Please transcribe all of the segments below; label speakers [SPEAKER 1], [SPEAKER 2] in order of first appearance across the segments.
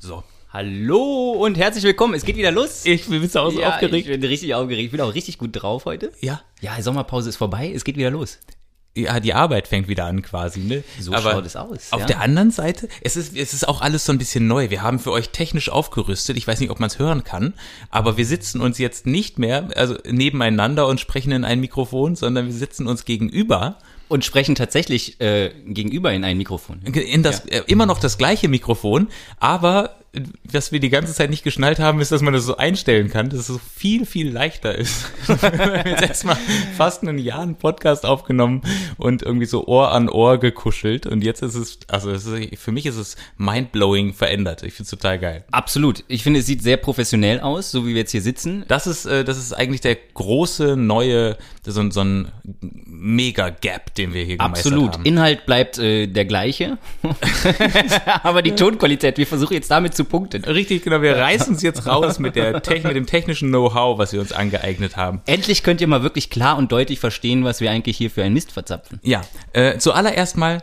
[SPEAKER 1] So.
[SPEAKER 2] Halt. Hallo und herzlich willkommen. Es geht wieder los.
[SPEAKER 1] Ich bin zu Hause
[SPEAKER 2] Ja,
[SPEAKER 1] aufgeregt.
[SPEAKER 2] Ich bin richtig aufgeregt. Ich bin auch richtig gut drauf heute.
[SPEAKER 1] Ja.
[SPEAKER 2] Ja, Sommerpause ist vorbei. Es geht wieder los.
[SPEAKER 1] Ja, die Arbeit fängt wieder an quasi, ne?
[SPEAKER 2] So schaut es aus,
[SPEAKER 1] Auf
[SPEAKER 2] ja.
[SPEAKER 1] der anderen Seite, es ist, es ist auch alles so ein bisschen neu. Wir haben für euch technisch aufgerüstet. Ich weiß nicht, ob man es hören kann, aber wir sitzen uns jetzt nicht mehr also nebeneinander und sprechen in ein Mikrofon, sondern wir sitzen uns gegenüber
[SPEAKER 2] Und sprechen tatsächlich äh, gegenüber in ein Mikrofon.
[SPEAKER 1] in das äh, immer noch das gleiche Mikrofon, aber äh, was wir die ganze Zeit nicht geschnallt haben, ist, dass man das so einstellen kann, dass es so viel, viel leichter ist. wir haben jetzt erstmal fast ein Jahr einen Podcast aufgenommen und irgendwie so Ohr an Ohr gekuschelt und jetzt ist es, also es ist, für mich ist es mindblowing verändert. Ich find's total geil.
[SPEAKER 2] Absolut. Ich finde, es sieht sehr professionell aus, so wie wir jetzt hier sitzen.
[SPEAKER 1] Das ist, äh, das ist eigentlich der große neue, so, ein- so ein Mega-Gap, den wir hier gemeistert
[SPEAKER 2] Absolut.
[SPEAKER 1] haben.
[SPEAKER 2] Inhalt bleibt äh, der gleiche. Aber die Tonqualität, wir versuchen jetzt damit zu punkten.
[SPEAKER 1] Richtig, genau. Wir reißen es jetzt raus mit, der Techn mit dem technischen Know-how, was wir uns angeeignet haben.
[SPEAKER 2] Endlich könnt ihr mal wirklich klar und deutlich verstehen, was wir eigentlich hier für einen Mist verzapfen.
[SPEAKER 1] Ja, äh, zuallererst mal,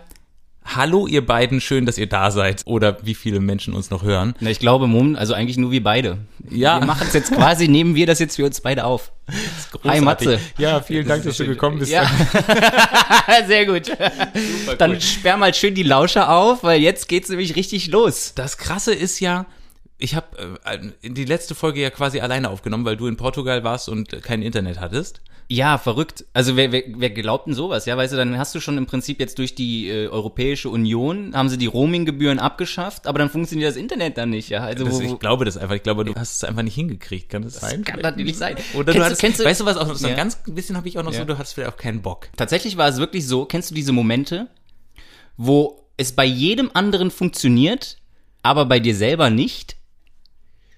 [SPEAKER 1] hallo ihr beiden, schön, dass ihr da seid. Oder wie viele Menschen uns noch hören.
[SPEAKER 2] Na, ich glaube, Mom, also eigentlich nur wir beide.
[SPEAKER 1] Ja.
[SPEAKER 2] Wir machen es jetzt quasi, nehmen wir das jetzt für uns beide auf. Hi, Matze.
[SPEAKER 1] Ja, vielen Dank, dass du gekommen bist.
[SPEAKER 2] Ja. Sehr gut. Dann sperr mal schön die Lauscher auf, weil jetzt geht's nämlich richtig los.
[SPEAKER 1] Das Krasse ist ja, ich habe äh, die letzte Folge ja quasi alleine aufgenommen, weil du in Portugal warst und äh, kein Internet hattest.
[SPEAKER 2] Ja, verrückt. Also wer, wer, wer glaubt denn sowas? Ja, weißt du, dann hast du schon im Prinzip jetzt durch die äh, Europäische Union, haben sie die Roaming-Gebühren abgeschafft, aber dann funktioniert das Internet dann nicht, ja. Also
[SPEAKER 1] Das,
[SPEAKER 2] wo,
[SPEAKER 1] ich
[SPEAKER 2] wo,
[SPEAKER 1] glaube das einfach. Ich glaube, du hast es einfach nicht hingekriegt. Kann das, sein?
[SPEAKER 2] kann natürlich sein.
[SPEAKER 1] Oder
[SPEAKER 2] Kennst
[SPEAKER 1] du
[SPEAKER 2] du-
[SPEAKER 1] hattest,
[SPEAKER 2] kennst du-
[SPEAKER 1] weißt du was, auch so
[SPEAKER 2] Ja.
[SPEAKER 1] ein ganz bisschen habe ich auch noch
[SPEAKER 2] Ja.
[SPEAKER 1] so, du hattest vielleicht auch keinen Bock.
[SPEAKER 2] tatsächlich war es wirklich so, kennst du diese Momente, wo es bei jedem anderen funktioniert, aber bei dir selber nicht?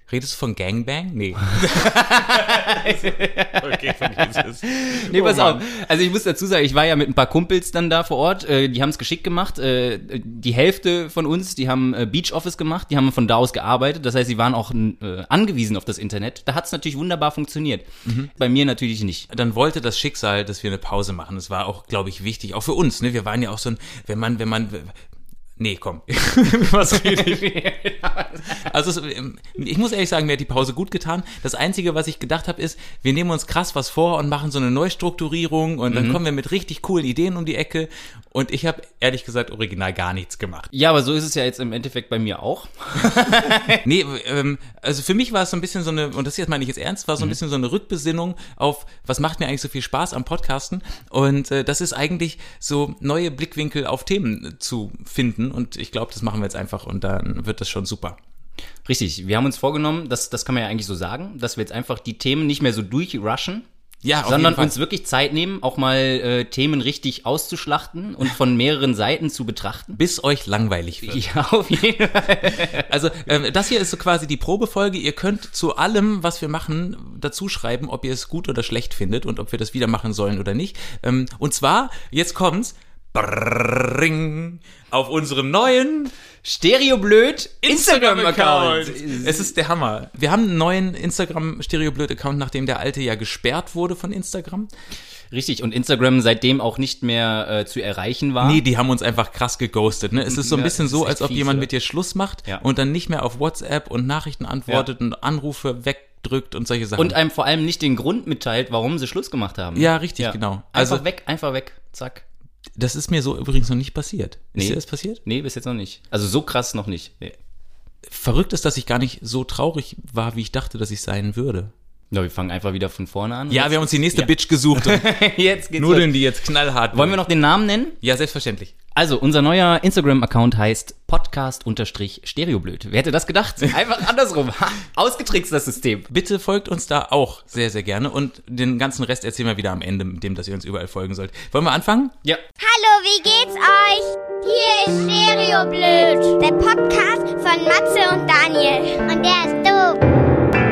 [SPEAKER 1] Redest du von Gangbang? Nee. okay, vergiss es.
[SPEAKER 2] Nee, pass auf. Also ich muss dazu sagen, ich war ja mit ein paar Kumpels dann da vor Ort. Äh, die haben es geschickt gemacht. Äh, die Hälfte von uns, die haben äh, Beach Office gemacht. Die haben von da aus gearbeitet. Das heißt, sie waren auch n- äh, angewiesen auf das Internet. Da hat es natürlich wunderbar funktioniert.
[SPEAKER 1] Mhm.
[SPEAKER 2] Bei mir natürlich nicht.
[SPEAKER 1] Dann wollte das Schicksal, dass wir eine Pause machen. Das war auch, glaube ich, wichtig. Auch für uns, ne? Wir waren ja auch so ein, wenn man, wenn man, nee, komm. Was rede ich? Also, es, ähm, ich muss ehrlich sagen, mir hat die Pause gut getan. Das Einzige, was ich gedacht habe, ist, wir nehmen uns krass was vor und machen so eine Neustrukturierung und dann kommen wir mit richtig coolen Ideen um die Ecke. Und ich habe, ehrlich gesagt, original gar nichts gemacht.
[SPEAKER 2] Ja, aber so ist es ja jetzt im Endeffekt bei mir auch.
[SPEAKER 1] Nee, ähm, also für mich war es so ein bisschen so eine, und das jetzt meine ich jetzt ernst, war
[SPEAKER 2] Mhm.
[SPEAKER 1] so ein bisschen so eine Rückbesinnung auf, was macht mir eigentlich so viel Spaß am Podcasten? Und äh, das ist eigentlich so neue Blickwinkel auf Themen äh, zu finden. Und ich glaube, das machen wir jetzt einfach und dann wird das schon super.
[SPEAKER 2] Richtig. Wir haben uns vorgenommen, das, das kann man ja eigentlich so sagen, dass wir jetzt einfach die Themen nicht mehr so durchrushen.
[SPEAKER 1] Ja, auf
[SPEAKER 2] sondern
[SPEAKER 1] jeden Fall.
[SPEAKER 2] uns wirklich Zeit nehmen, auch mal äh, Themen richtig auszuschlachten und von mehreren Seiten zu betrachten.
[SPEAKER 1] bis euch langweilig wird.
[SPEAKER 2] Ja, auf jeden Fall.
[SPEAKER 1] Also ähm, das hier ist so quasi die Probefolge. Ihr könnt zu allem, was wir machen, dazu schreiben, ob ihr es gut oder schlecht findet und ob wir das wieder machen sollen oder nicht. Ähm, und zwar, jetzt kommt's, brrring, auf unserem neuen
[SPEAKER 2] Stereoblöd Instagram-Account.
[SPEAKER 1] Es ist der Hammer. Wir haben einen neuen Instagram-Stereoblöd-Account, nachdem der alte ja gesperrt wurde von Instagram.
[SPEAKER 2] Richtig, und Instagram seitdem auch nicht mehr äh, zu erreichen war.
[SPEAKER 1] Nee, die haben uns einfach krass geghostet. Ne? Es ist so ein
[SPEAKER 2] Ja,
[SPEAKER 1] bisschen
[SPEAKER 2] das ist
[SPEAKER 1] so,
[SPEAKER 2] echt
[SPEAKER 1] als ob
[SPEAKER 2] fies,
[SPEAKER 1] jemand
[SPEAKER 2] oder?
[SPEAKER 1] mit dir Schluss macht
[SPEAKER 2] Ja.
[SPEAKER 1] und dann nicht mehr auf WhatsApp und Nachrichten antwortet und Anrufe wegdrückt und solche Sachen.
[SPEAKER 2] Und einem vor allem nicht den Grund mitteilt, warum sie Schluss gemacht haben.
[SPEAKER 1] ja, richtig, genau. Also
[SPEAKER 2] Also einfach weg, einfach weg. Zack.
[SPEAKER 1] das ist mir so übrigens noch nicht passiert. Ist
[SPEAKER 2] Nee.
[SPEAKER 1] dir das passiert?
[SPEAKER 2] Nee, bis jetzt noch nicht. Also so krass noch nicht. Nee.
[SPEAKER 1] Verrückt ist, dass ich gar nicht so traurig war, wie ich dachte, dass ich sein würde.
[SPEAKER 2] Na, wir fangen einfach wieder von vorne an.
[SPEAKER 1] Ja, wir haben uns die nächste Bitch gesucht. und
[SPEAKER 2] jetzt geht's los.
[SPEAKER 1] Nudeln die jetzt knallhart.
[SPEAKER 2] Wollen wir noch den Namen nennen?
[SPEAKER 1] Ja, selbstverständlich.
[SPEAKER 2] Also, unser neuer Instagram-Account heißt podcast-stereoblöd. Wer hätte das gedacht? Einfach andersrum. Ha, Ausgetrickst das System.
[SPEAKER 1] Bitte folgt uns da auch sehr, sehr gerne. Und den ganzen Rest erzählen wir wieder am Ende, mit dem, dass ihr uns überall folgen sollt. Wollen wir anfangen?
[SPEAKER 2] Ja.
[SPEAKER 3] Hallo, wie geht's euch? Hier ist Stereoblöd. Der Podcast von Matze und Daniel. Und der ist doof.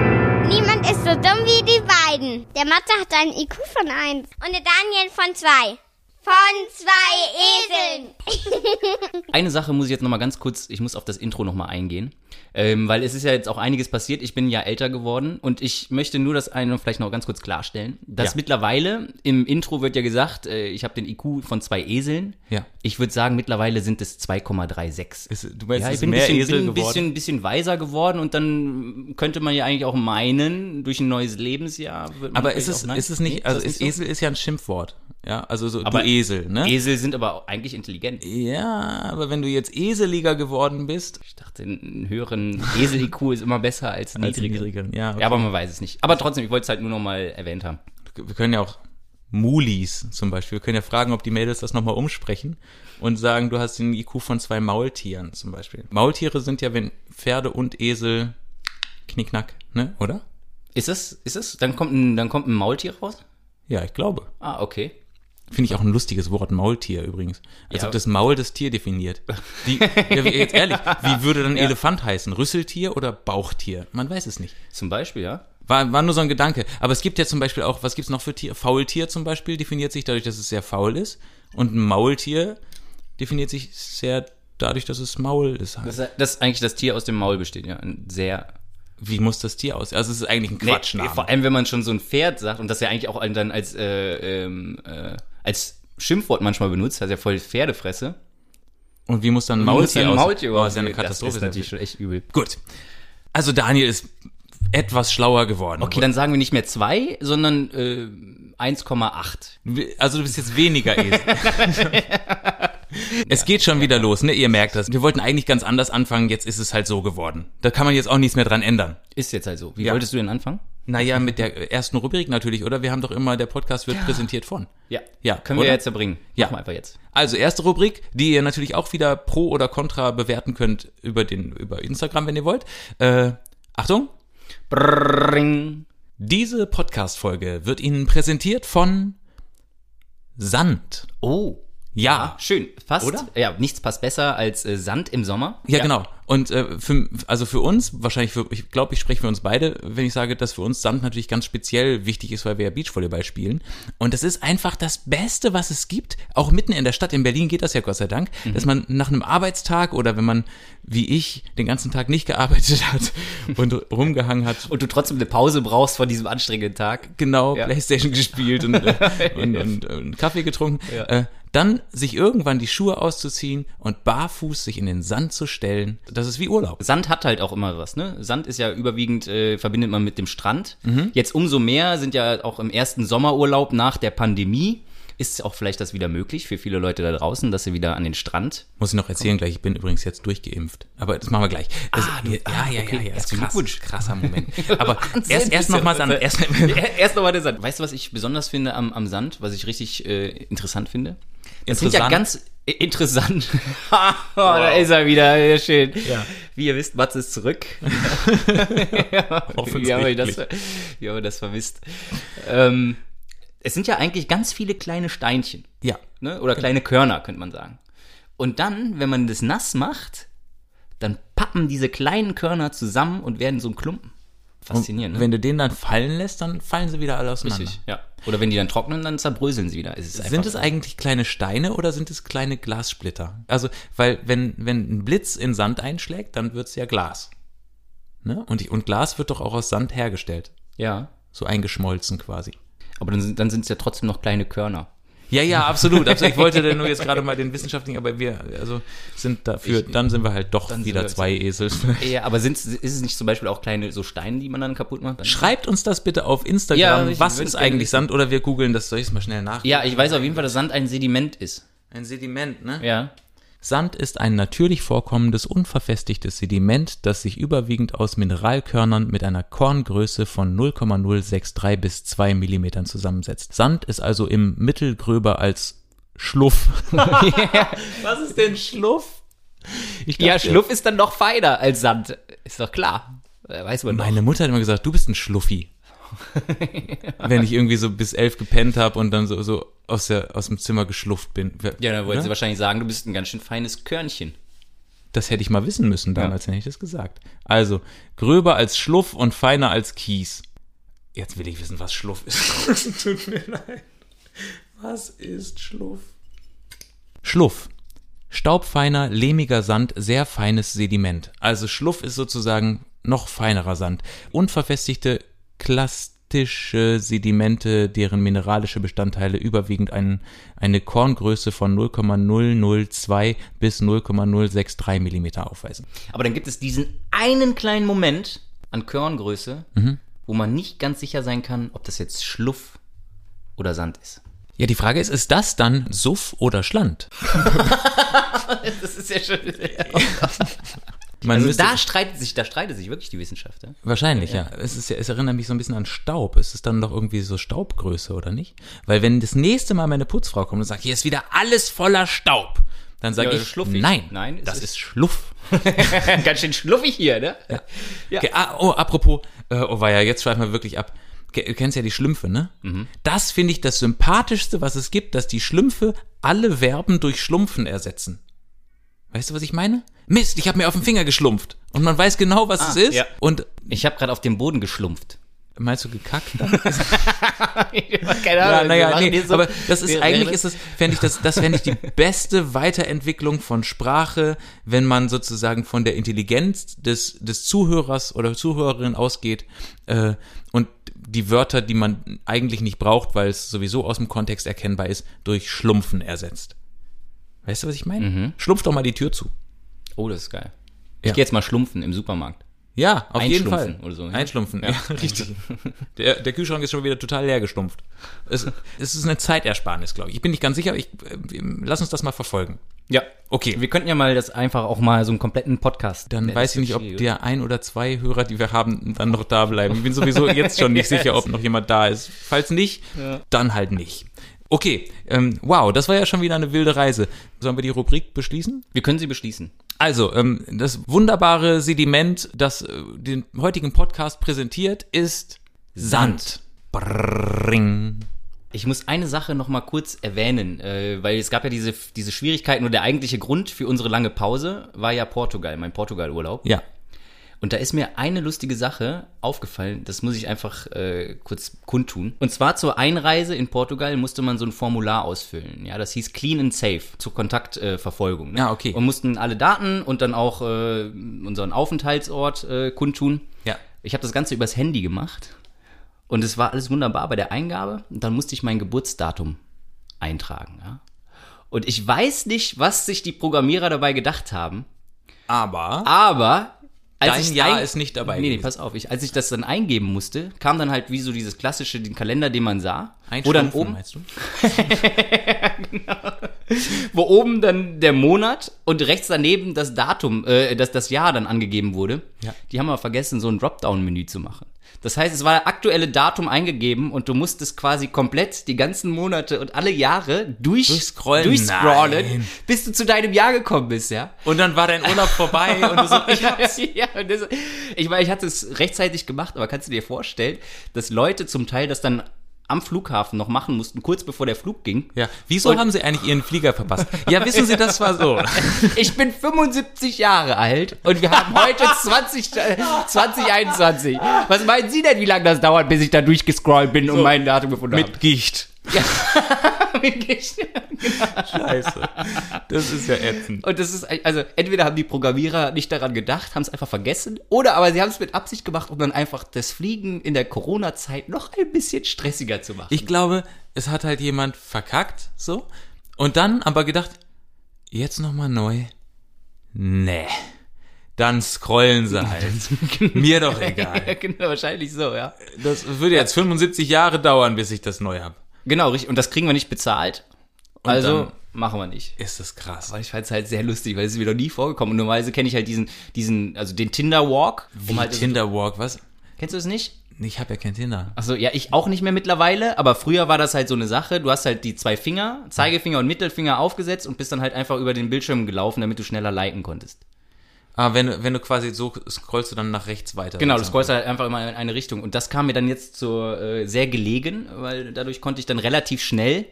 [SPEAKER 3] Niemand ist so dumm wie die beiden. Der Matze hat einen IQ von 1 und der Daniel von 2. Von zwei Eseln.
[SPEAKER 2] Eine Sache muss ich jetzt nochmal ganz kurz, ich muss auf das Intro nochmal eingehen. Ähm, weil es ist ja jetzt auch einiges passiert. Ich bin ja älter geworden und ich möchte nur das eine vielleicht noch ganz kurz klarstellen. Dass
[SPEAKER 1] Ja.
[SPEAKER 2] mittlerweile, im Intro wird ja gesagt, äh, ich habe den IQ von zwei Eseln.
[SPEAKER 1] Ja.
[SPEAKER 2] Ich würde sagen, mittlerweile sind es 2,36.
[SPEAKER 1] Ist, du meinst, es
[SPEAKER 2] ja, ich
[SPEAKER 1] ist
[SPEAKER 2] bin, ein
[SPEAKER 1] mehr
[SPEAKER 2] bisschen,
[SPEAKER 1] Esel
[SPEAKER 2] bin ein
[SPEAKER 1] geworden.
[SPEAKER 2] bisschen, bisschen weiser geworden und dann könnte man ja eigentlich auch meinen, durch ein neues Lebensjahr wird man
[SPEAKER 1] aber
[SPEAKER 2] vielleicht
[SPEAKER 1] ist es,
[SPEAKER 2] auch- nein?
[SPEAKER 1] ist es
[SPEAKER 2] Nee,
[SPEAKER 1] nicht,
[SPEAKER 2] ist
[SPEAKER 1] also
[SPEAKER 2] das
[SPEAKER 1] ist
[SPEAKER 2] so?
[SPEAKER 1] Esel ist ja ein Schimpfwort. Ja, also so
[SPEAKER 2] Aber
[SPEAKER 1] du Esel, ne?
[SPEAKER 2] Esel sind aber auch eigentlich intelligent.
[SPEAKER 1] ja, aber wenn du jetzt eseliger geworden bist,
[SPEAKER 2] Ich dachte, einen höheren Esel-IQ ist immer besser als einen
[SPEAKER 1] Als einen
[SPEAKER 2] niedrigeren.
[SPEAKER 1] niedrigeren, ja, okay.
[SPEAKER 2] aber man weiß es nicht. Aber trotzdem, ich wollte es halt nur nochmal erwähnt haben.
[SPEAKER 1] wir können ja auch Mulis zum Beispiel, wir können ja fragen, ob die Mädels das nochmal umsprechen und sagen, du hast den IQ von zwei Maultieren zum Beispiel. Maultiere sind ja, wenn Pferde und Esel knickknack, ne, oder?
[SPEAKER 2] Ist es? Ist es? Dann kommt ein, dann kommt ein Maultier raus?
[SPEAKER 1] Ja, ich glaube.
[SPEAKER 2] Ah, okay.
[SPEAKER 1] Finde ich auch ein lustiges Wort, Maultier übrigens. Als
[SPEAKER 2] Ja.
[SPEAKER 1] ob das Maul das Tier definiert. Die, ja, wie- jetzt ehrlich, wie würde dann Elefant heißen? Rüsseltier oder Bauchtier? Man weiß es nicht.
[SPEAKER 2] Zum Beispiel, ja.
[SPEAKER 1] War, war nur so ein Gedanke. Aber es gibt ja zum Beispiel auch, was gibt's noch für Tier? Faultier zum Beispiel definiert sich dadurch, dass es sehr faul ist. Und ein Maultier definiert sich sehr dadurch, dass es Maul ist. Halt.
[SPEAKER 2] Das ist, das ist eigentlich das Tier aus dem Maul besteht, ja. Ein sehr.
[SPEAKER 1] Wie muss das Tier aussehen? Also es ist eigentlich ein Quatschname.
[SPEAKER 2] vor allem, wenn man schon so ein Pferd sagt und das ja eigentlich auch ein- dann als, äh, ähm, äh, als Schimpfwort manchmal benutzt, das ist ja voll Pferdefresse.
[SPEAKER 1] Und wie muss dann ein
[SPEAKER 2] Wie muss
[SPEAKER 1] Maultier
[SPEAKER 2] denn ein
[SPEAKER 1] aussehen?
[SPEAKER 2] Maultier
[SPEAKER 1] oh,
[SPEAKER 2] überhaupt?
[SPEAKER 1] ist ja eine Katastrophe.
[SPEAKER 2] Das ist natürlich schon echt übel.
[SPEAKER 1] Gut. Also Daniel ist etwas schlauer geworden.
[SPEAKER 2] Okay, dann sagen wir nicht mehr zwei, sondern äh, 1,8.
[SPEAKER 1] Also du bist jetzt weniger Esel. es geht schon wieder los, ne? Ihr merkt das. Wir wollten eigentlich ganz anders anfangen, jetzt ist es halt so geworden. Da kann man jetzt auch nichts mehr dran ändern.
[SPEAKER 2] Ist jetzt halt so. Wie
[SPEAKER 1] Ja.
[SPEAKER 2] wolltest du denn anfangen?
[SPEAKER 1] Naja, mit der ersten Rubrik natürlich, oder? Wir haben doch immer, der Podcast wird präsentiert von.
[SPEAKER 2] Ja.
[SPEAKER 1] Ja,
[SPEAKER 2] Können
[SPEAKER 1] oder?
[SPEAKER 2] wir jetzt erbringen.
[SPEAKER 1] Ja.
[SPEAKER 2] Machen wir einfach jetzt.
[SPEAKER 1] Also erste Rubrik, die ihr natürlich auch wieder pro oder contra bewerten könnt über den über Instagram, wenn ihr wollt. Äh, Achtung,
[SPEAKER 2] Brrring.
[SPEAKER 1] diese Podcast Folge wird Ihnen präsentiert von Sand.
[SPEAKER 2] Oh.
[SPEAKER 1] Ja,
[SPEAKER 2] Schön. Passt.
[SPEAKER 1] Oder?
[SPEAKER 2] Ja, nichts passt besser als äh, Sand im Sommer.
[SPEAKER 1] Ja, genau. Und äh, für, also für uns, wahrscheinlich für, ich glaube, ich spreche für uns beide, wenn ich sage, dass für uns Sand natürlich ganz speziell wichtig ist, weil wir ja Beachvolleyball spielen. Und das ist einfach das Beste, was es gibt. Auch mitten in der Stadt, in Berlin geht das ja Gott sei Dank, dass man nach einem Arbeitstag oder wenn man, wie ich, den ganzen Tag nicht gearbeitet hat und rumgehangen hat,
[SPEAKER 2] Und du trotzdem eine Pause brauchst von diesem anstrengenden Tag.
[SPEAKER 1] genau
[SPEAKER 2] Ja.
[SPEAKER 1] Playstation gespielt und, äh, und, und, und Kaffee getrunken. Äh, dann sich irgendwann die Schuhe auszuziehen und barfuß sich in den Sand zu stellen. Das ist wie Urlaub.
[SPEAKER 2] Sand hat halt auch immer was, ne? Sand ist ja überwiegend, äh, verbindet man mit dem Strand.
[SPEAKER 1] Mhm.
[SPEAKER 2] Jetzt umso mehr sind ja auch im ersten Sommerurlaub nach der Pandemie. Ist auch vielleicht das wieder möglich für viele Leute da draußen, dass sie wieder an den Strand.
[SPEAKER 1] Muss ich noch erzählen gleich, ich bin übrigens jetzt durchgeimpft. Aber das machen wir gleich. Das, ah, ja, ja, ja, ja, ist
[SPEAKER 2] Herzlichen
[SPEAKER 1] krass,
[SPEAKER 2] Glückwunsch.
[SPEAKER 1] krasser Moment. Aber
[SPEAKER 2] Wahnsinn,
[SPEAKER 1] erst, erst noch mal
[SPEAKER 2] bist du-
[SPEAKER 1] an, erst,
[SPEAKER 2] Erst nochmal der Sand. Weißt du, was ich besonders finde am, am Sand, was ich richtig äh, interessant finde? Das sind ja
[SPEAKER 1] Interessant.
[SPEAKER 2] ganz äh, interessant. Ha, oh, Da ist er wieder, sehr schön. Wie ihr wisst, Mats ist zurück.
[SPEAKER 1] Offensichtlich.
[SPEAKER 2] Wie haben wir das, wie haben wir das vermisst? Ähm, es sind ja eigentlich ganz viele kleine Steinchen
[SPEAKER 1] ja,
[SPEAKER 2] ne? oder kleine Körner, könnte man sagen. Und dann, wenn man das nass macht, dann pappen diese kleinen Körner zusammen und werden so ein Klumpen. Faszinierend, ne?
[SPEAKER 1] wenn du den dann fallen lässt, dann fallen sie wieder alle auseinander.
[SPEAKER 2] Richtig, ja. Oder wenn die dann trocknen, dann zerbröseln sie wieder. Es ist
[SPEAKER 1] Sind
[SPEAKER 2] einfach-
[SPEAKER 1] es eigentlich kleine Steine oder sind es kleine Glassplitter? Also, weil wenn, wenn ein Blitz in Sand einschlägt, dann wird's ja Glas. Ne? Und, ich, und Glas wird doch auch aus Sand hergestellt.
[SPEAKER 2] Ja.
[SPEAKER 1] So eingeschmolzen quasi.
[SPEAKER 2] Aber dann, sind- dann sind es ja trotzdem noch kleine Körner.
[SPEAKER 1] Ja, ja, absolut. absolut. Ich wollte denn nur jetzt gerade mal den wissenschaftlichen, aber wir also sind dafür, dann sind wir halt doch
[SPEAKER 2] sind
[SPEAKER 1] wieder
[SPEAKER 2] wir-
[SPEAKER 1] zwei Esel.
[SPEAKER 2] Ja, aber sind's, ist es nicht zum Beispiel auch kleine so Steine, die man dann kaputt macht? Dann-
[SPEAKER 1] Schreibt uns das bitte auf Instagram.
[SPEAKER 2] Ja, ich
[SPEAKER 1] was
[SPEAKER 2] würd's
[SPEAKER 1] ist
[SPEAKER 2] gerne
[SPEAKER 1] eigentlich
[SPEAKER 2] wissen.
[SPEAKER 1] Sand? Oder wir googeln das, soll ich es mal schnell nach?
[SPEAKER 2] Ja, ich weiß auf jeden Fall, dass Sand ein Sediment ist.
[SPEAKER 1] Ein Sediment, ne?
[SPEAKER 2] Ja.
[SPEAKER 1] Sand ist ein natürlich vorkommendes, unverfestigtes Sediment, das sich überwiegend aus Mineralkörnern mit einer Korngröße von 0,063 bis 2 Millimetern zusammensetzt. Sand ist also im Mittel gröber als Schluff. Was ist denn Schluff? Ich
[SPEAKER 2] Ja,
[SPEAKER 1] dachte-
[SPEAKER 2] Schluff ist dann noch feiner als Sand. Ist doch klar. Äh, Weiß man doch.
[SPEAKER 1] Meine Mutter hat immer gesagt, du bist ein Schluffi. Wenn ich irgendwie so bis elf gepennt habe und dann so, so aus, der, aus dem Zimmer geschlufft bin.
[SPEAKER 2] Ja, dann wollte
[SPEAKER 1] Ne?
[SPEAKER 2] sie wahrscheinlich sagen, du bist ein ganz schön feines Körnchen.
[SPEAKER 1] Das hätte ich mal wissen müssen damals, hätte ich das gesagt. Also, gröber als Schluff und feiner als Kies. Jetzt will ich wissen, was Schluff ist. Tut mir leid. Was ist Schluff? Schluff. Staubfeiner, lehmiger Sand, sehr feines Sediment. Also Schluff ist sozusagen noch feinerer Sand. Unverfestigte klastische Sedimente, deren mineralische Bestandteile überwiegend einen, eine Korngröße von 0,002 bis 0,063 Millimeter aufweisen.
[SPEAKER 2] Aber dann gibt es diesen einen kleinen Moment an Körngröße, wo man nicht ganz sicher sein kann, ob das jetzt Schluff oder Sand ist.
[SPEAKER 1] Ja, die Frage ist, ist das dann Suff oder Schland?
[SPEAKER 2] Das ist ja schön.
[SPEAKER 1] Man
[SPEAKER 2] Also
[SPEAKER 1] müsste-
[SPEAKER 2] da streitet sich, da streitet sich wirklich die Wissenschaft. Ja?
[SPEAKER 1] Wahrscheinlich, ja. Es, ist, ja- es erinnert mich so ein bisschen an Staub. Es ist dann doch irgendwie so Staubgröße, oder nicht? Weil wenn das nächste Mal meine Putzfrau kommt und sagt, hier ist wieder alles voller Staub, dann sage
[SPEAKER 2] Ja,
[SPEAKER 1] ich,
[SPEAKER 2] schluffig.
[SPEAKER 1] nein,
[SPEAKER 2] Nein, es
[SPEAKER 1] das
[SPEAKER 2] ist-
[SPEAKER 1] ist Schluff.
[SPEAKER 2] Ganz schön schluffig hier, ne? Ja.
[SPEAKER 1] Okay, ah, oh, apropos, äh, oh war ja, jetzt schweifen wir wirklich ab. Ke- Du kennst ja die Schlümpfe, ne?
[SPEAKER 2] Mhm.
[SPEAKER 1] Das finde ich das Sympathischste, was es gibt, dass die Schlümpfe alle Verben durch Schlumpfen ersetzen. Weißt du, was ich meine? Mist, ich habe mir auf den Finger geschlumpft. Und man weiß genau, was es ist.
[SPEAKER 2] Ah, ja.
[SPEAKER 1] Und
[SPEAKER 2] Ich habe gerade auf den Boden geschlumpft.
[SPEAKER 1] meinst du gekackt?
[SPEAKER 2] Keine
[SPEAKER 1] Ja,
[SPEAKER 2] Ahnung. wir
[SPEAKER 1] naja,
[SPEAKER 2] machen
[SPEAKER 1] nee,
[SPEAKER 2] hier so-
[SPEAKER 1] aber das ist
[SPEAKER 2] wir-
[SPEAKER 1] eigentlich
[SPEAKER 2] wir-
[SPEAKER 1] ist das, fände ich das, das fände ich die beste Weiterentwicklung von Sprache, wenn man sozusagen von der Intelligenz des des Zuhörers oder Zuhörerin ausgeht äh, und die Wörter, die man eigentlich nicht braucht, weil es sowieso aus dem Kontext erkennbar ist, durch Schlumpfen ersetzt. Weißt du, was ich meine? Schlumpf doch mal die Tür zu.
[SPEAKER 2] Oh, das ist geil.
[SPEAKER 1] Ja.
[SPEAKER 2] Ich gehe jetzt mal schlumpfen im Supermarkt.
[SPEAKER 1] Ja, auf jeden Fall.
[SPEAKER 2] Einschlumpfen oder so, ja?
[SPEAKER 1] Einschlumpfen, ja, richtig. Der, der Kühlschrank ist schon wieder total leer geschlumpft. Es, es ist eine Zeitersparnis, glaube ich. Ich bin nicht ganz sicher, aber ich, äh, lass uns das mal verfolgen.
[SPEAKER 2] Ja.
[SPEAKER 1] Okay.
[SPEAKER 2] Wir könnten ja mal das einfach auch mal so einen kompletten Podcast.
[SPEAKER 1] Dann
[SPEAKER 2] Ja, das
[SPEAKER 1] weiß ich
[SPEAKER 2] wird
[SPEAKER 1] nicht, ob
[SPEAKER 2] schwierig,
[SPEAKER 1] der ein oder zwei Hörer, die wir haben, dann noch da bleiben. Ich bin sowieso jetzt schon nicht sicher, ob noch jemand da ist. Falls nicht, dann halt nicht. Okay, ähm, wow, das war ja schon wieder eine wilde Reise. Sollen wir die Rubrik beschließen?
[SPEAKER 2] oder? Wir können sie beschließen.
[SPEAKER 1] Also, ähm, das wunderbare Sediment, das äh, den heutigen Podcast präsentiert, ist Sand. Brrring.
[SPEAKER 2] Ich muss eine Sache noch mal kurz erwähnen, äh, weil es gab ja diese, diese Schwierigkeiten und der eigentliche Grund für unsere lange Pause war ja Portugal, mein Portugal-Urlaub.
[SPEAKER 1] Ja.
[SPEAKER 2] Und da ist mir eine lustige Sache aufgefallen, das muss ich einfach äh, kurz kundtun. Und zwar zur Einreise in Portugal musste man so ein Formular ausfüllen. Ja, das hieß Clean and Safe zur Kontaktverfolgung. Äh, Verfolgung, ne?
[SPEAKER 1] Ja, okay.
[SPEAKER 2] Und mussten alle Daten und dann auch äh, unseren Aufenthaltsort äh, kundtun.
[SPEAKER 1] Ja.
[SPEAKER 2] Ich habe das Ganze übers Handy gemacht und es war alles wunderbar bei der Eingabe. Und dann musste ich mein Geburtsdatum eintragen. Ja? Und ich weiß nicht, was sich die Programmierer dabei gedacht haben,
[SPEAKER 1] Aber
[SPEAKER 2] aber als
[SPEAKER 1] Dein
[SPEAKER 2] ich
[SPEAKER 1] Jahr ist nicht dabei
[SPEAKER 2] Nee, nee,
[SPEAKER 1] gewesen.
[SPEAKER 2] pass auf. Ich, als ich das dann eingeben musste, kam dann halt wie so dieses klassische, den Kalender, den man sah, wo dann
[SPEAKER 1] Schlumpfen,
[SPEAKER 2] oben,
[SPEAKER 1] meinst du?
[SPEAKER 2] wo oben dann der Monat und rechts daneben das Datum, äh, das, das Jahr dann angegeben wurde.
[SPEAKER 1] Ja.
[SPEAKER 2] Die haben aber vergessen, so ein Dropdown-Menü zu machen. Das heißt, es war das aktuelle Datum eingegeben und du musstest quasi komplett die ganzen Monate und alle Jahre durch,
[SPEAKER 1] Durchscrollen?
[SPEAKER 2] durchscrollen
[SPEAKER 1] Nein.
[SPEAKER 2] bis du zu deinem Jahr gekommen bist, ja.
[SPEAKER 1] Und dann war dein Urlaub vorbei und du so, ich hab
[SPEAKER 2] ja, und das, ich meine, ich hatte es rechtzeitig gemacht, aber kannst du dir vorstellen, dass Leute zum Teil das dann am Flughafen noch machen mussten, kurz bevor der Flug ging?
[SPEAKER 1] Ja, wieso haben sie eigentlich ihren Flieger verpasst? Ja, wissen Sie, das war so.
[SPEAKER 2] Ich bin 75 Jahre alt und wir haben heute 20, äh, 2021. Was meinen Sie denn, wie lange das dauert, bis ich da durchgescrollt bin und mein Datum gefunden habe?
[SPEAKER 1] Gicht.
[SPEAKER 2] Mit
[SPEAKER 1] Scheiße. Das ist ja ätzend.
[SPEAKER 2] und das ist, also entweder haben die Programmierer nicht daran gedacht, haben es einfach vergessen, oder aber sie haben es mit Absicht gemacht, um dann einfach das Fliegen in der Corona-Zeit noch ein bisschen stressiger zu machen.
[SPEAKER 1] Ich glaube, es hat halt jemand verkackt, so. Und dann aber gedacht, jetzt nochmal neu. Nee. Dann scrollen sie halt. Mir doch egal.
[SPEAKER 2] Ja, genau, wahrscheinlich so, ja.
[SPEAKER 1] Das würde jetzt 75 Jahre dauern, bis ich das neu habe.
[SPEAKER 2] Genau, richtig. Und das kriegen wir nicht bezahlt. also
[SPEAKER 1] dann-
[SPEAKER 2] machen wir nicht.
[SPEAKER 1] Ist das krass.
[SPEAKER 2] Aber ich fand es halt sehr lustig, weil es ist mir noch nie vorgekommen. Und normalerweise kenne ich halt diesen, diesen, also den Tinder-Walk.
[SPEAKER 1] Wie Tinder Walk, was?
[SPEAKER 2] halt Kennst du es nicht?
[SPEAKER 1] Ich habe ja kein Tinder.
[SPEAKER 2] Achso, ja, ich auch nicht mehr mittlerweile, aber früher war das halt so eine Sache. Du hast halt die zwei Finger, Zeigefinger und Mittelfinger aufgesetzt und bist dann halt einfach über den Bildschirm gelaufen, damit du schneller liken konntest.
[SPEAKER 1] Ah, wenn, du- wenn du quasi so scrollst du dann nach rechts weiter.
[SPEAKER 2] Genau, das scrollst halt einfach immer in eine Richtung. Und das kam mir dann jetzt zur äh, sehr gelegen, weil dadurch konnte ich dann relativ schnell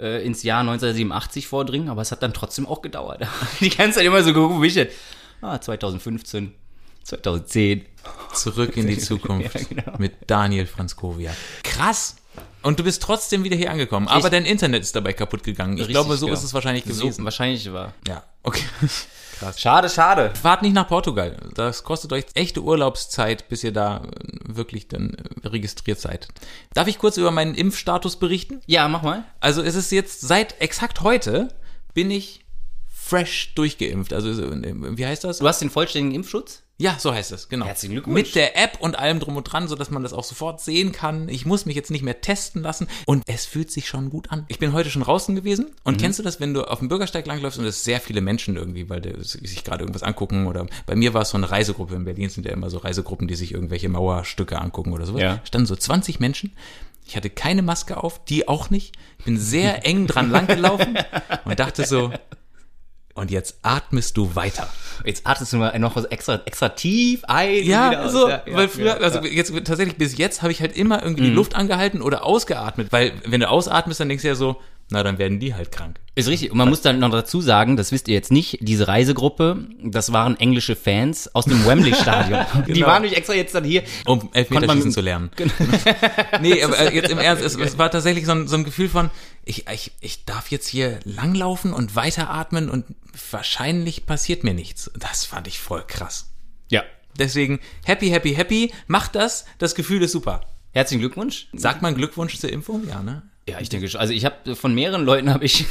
[SPEAKER 2] äh, ins Jahr 1987 vordringen, aber es hat dann trotzdem auch gedauert. Die ganze Zeit immer so geguckt, wie ich denn, ah, 2015, 2010.
[SPEAKER 1] Zurück in die Zukunft
[SPEAKER 2] Ja, genau.
[SPEAKER 1] mit Daniel Franzkovia. Krass. Und du bist trotzdem wieder hier angekommen. Aber dein Internet ist dabei kaputt gegangen. Ich
[SPEAKER 2] Richtig,
[SPEAKER 1] glaube, so
[SPEAKER 2] ja.
[SPEAKER 1] ist es wahrscheinlich
[SPEAKER 2] So,
[SPEAKER 1] gewesen.
[SPEAKER 2] wahrscheinlich war.
[SPEAKER 1] Ja, okay.
[SPEAKER 2] Schade, schade.
[SPEAKER 1] Fahrt nicht nach Portugal. Das kostet euch echte Urlaubszeit, bis ihr da äh, wirklich dann äh, registriert seid. Darf ich kurz über meinen Impfstatus berichten?
[SPEAKER 2] Ja, mach mal.
[SPEAKER 1] Also es ist jetzt seit exakt heute bin ich fresh durchgeimpft. Also äh, wie heißt das?
[SPEAKER 2] Du hast den vollständigen Impfschutz?
[SPEAKER 1] Ja, so heißt es, genau.
[SPEAKER 2] Herzlichen Glückwunsch.
[SPEAKER 1] Mit der App und allem drum und dran, sodass man das auch sofort sehen kann. Ich muss mich jetzt nicht mehr testen lassen und es fühlt sich schon gut an. Ich bin heute schon draußen gewesen
[SPEAKER 2] Mhm.
[SPEAKER 1] und kennst du das, wenn du auf dem Bürgersteig langläufst und es sehr viele Menschen irgendwie, weil die sich gerade irgendwas angucken oder bei mir war es so eine Reisegruppe. In Berlin sind ja immer so Reisegruppen, die sich irgendwelche Mauerstücke angucken oder sowas.
[SPEAKER 2] Ja.
[SPEAKER 1] Standen so 20 Menschen. Ich hatte keine Maske auf, die auch nicht. Ich bin sehr eng dran langgelaufen und dachte so, und jetzt atmest du weiter.
[SPEAKER 2] Jetzt atmest du mal noch was extra, extra tief ein. und wieder
[SPEAKER 1] Ja,
[SPEAKER 2] aus.
[SPEAKER 1] so, weil früher,
[SPEAKER 2] ja,
[SPEAKER 1] also
[SPEAKER 2] ja. Mhm.
[SPEAKER 1] jetzt tatsächlich bis jetzt habe ich halt immer irgendwie die Luft angehalten oder ausgeatmet, weil wenn du ausatmest, dann denkst du ja so, na dann werden die halt krank.
[SPEAKER 2] Ist richtig. Und man muss dann noch dazu sagen, das wisst ihr jetzt nicht, diese Reisegruppe, das waren englische Fans aus dem Wembley-Stadion. Die
[SPEAKER 1] Genau.
[SPEAKER 2] waren nämlich extra jetzt dann hier.
[SPEAKER 1] Um
[SPEAKER 2] Konnte
[SPEAKER 1] Elfmeterschießen
[SPEAKER 2] man- Genau.
[SPEAKER 1] zu lernen. nee, aber äh, jetzt im Ernst, es, es war tatsächlich so ein, so ein Gefühl von, ich, ich, ich darf jetzt hier langlaufen und weiteratmen und wahrscheinlich passiert mir nichts. Das fand ich voll krass.
[SPEAKER 2] Ja.
[SPEAKER 1] Deswegen, happy, happy, happy, macht das, das Gefühl ist super.
[SPEAKER 2] Herzlichen Glückwunsch.
[SPEAKER 1] Sagt man Glückwunsch zur Impfung? Ja, ne?
[SPEAKER 2] Ja, ich denke schon. Also ich habe von mehreren Leuten habe ich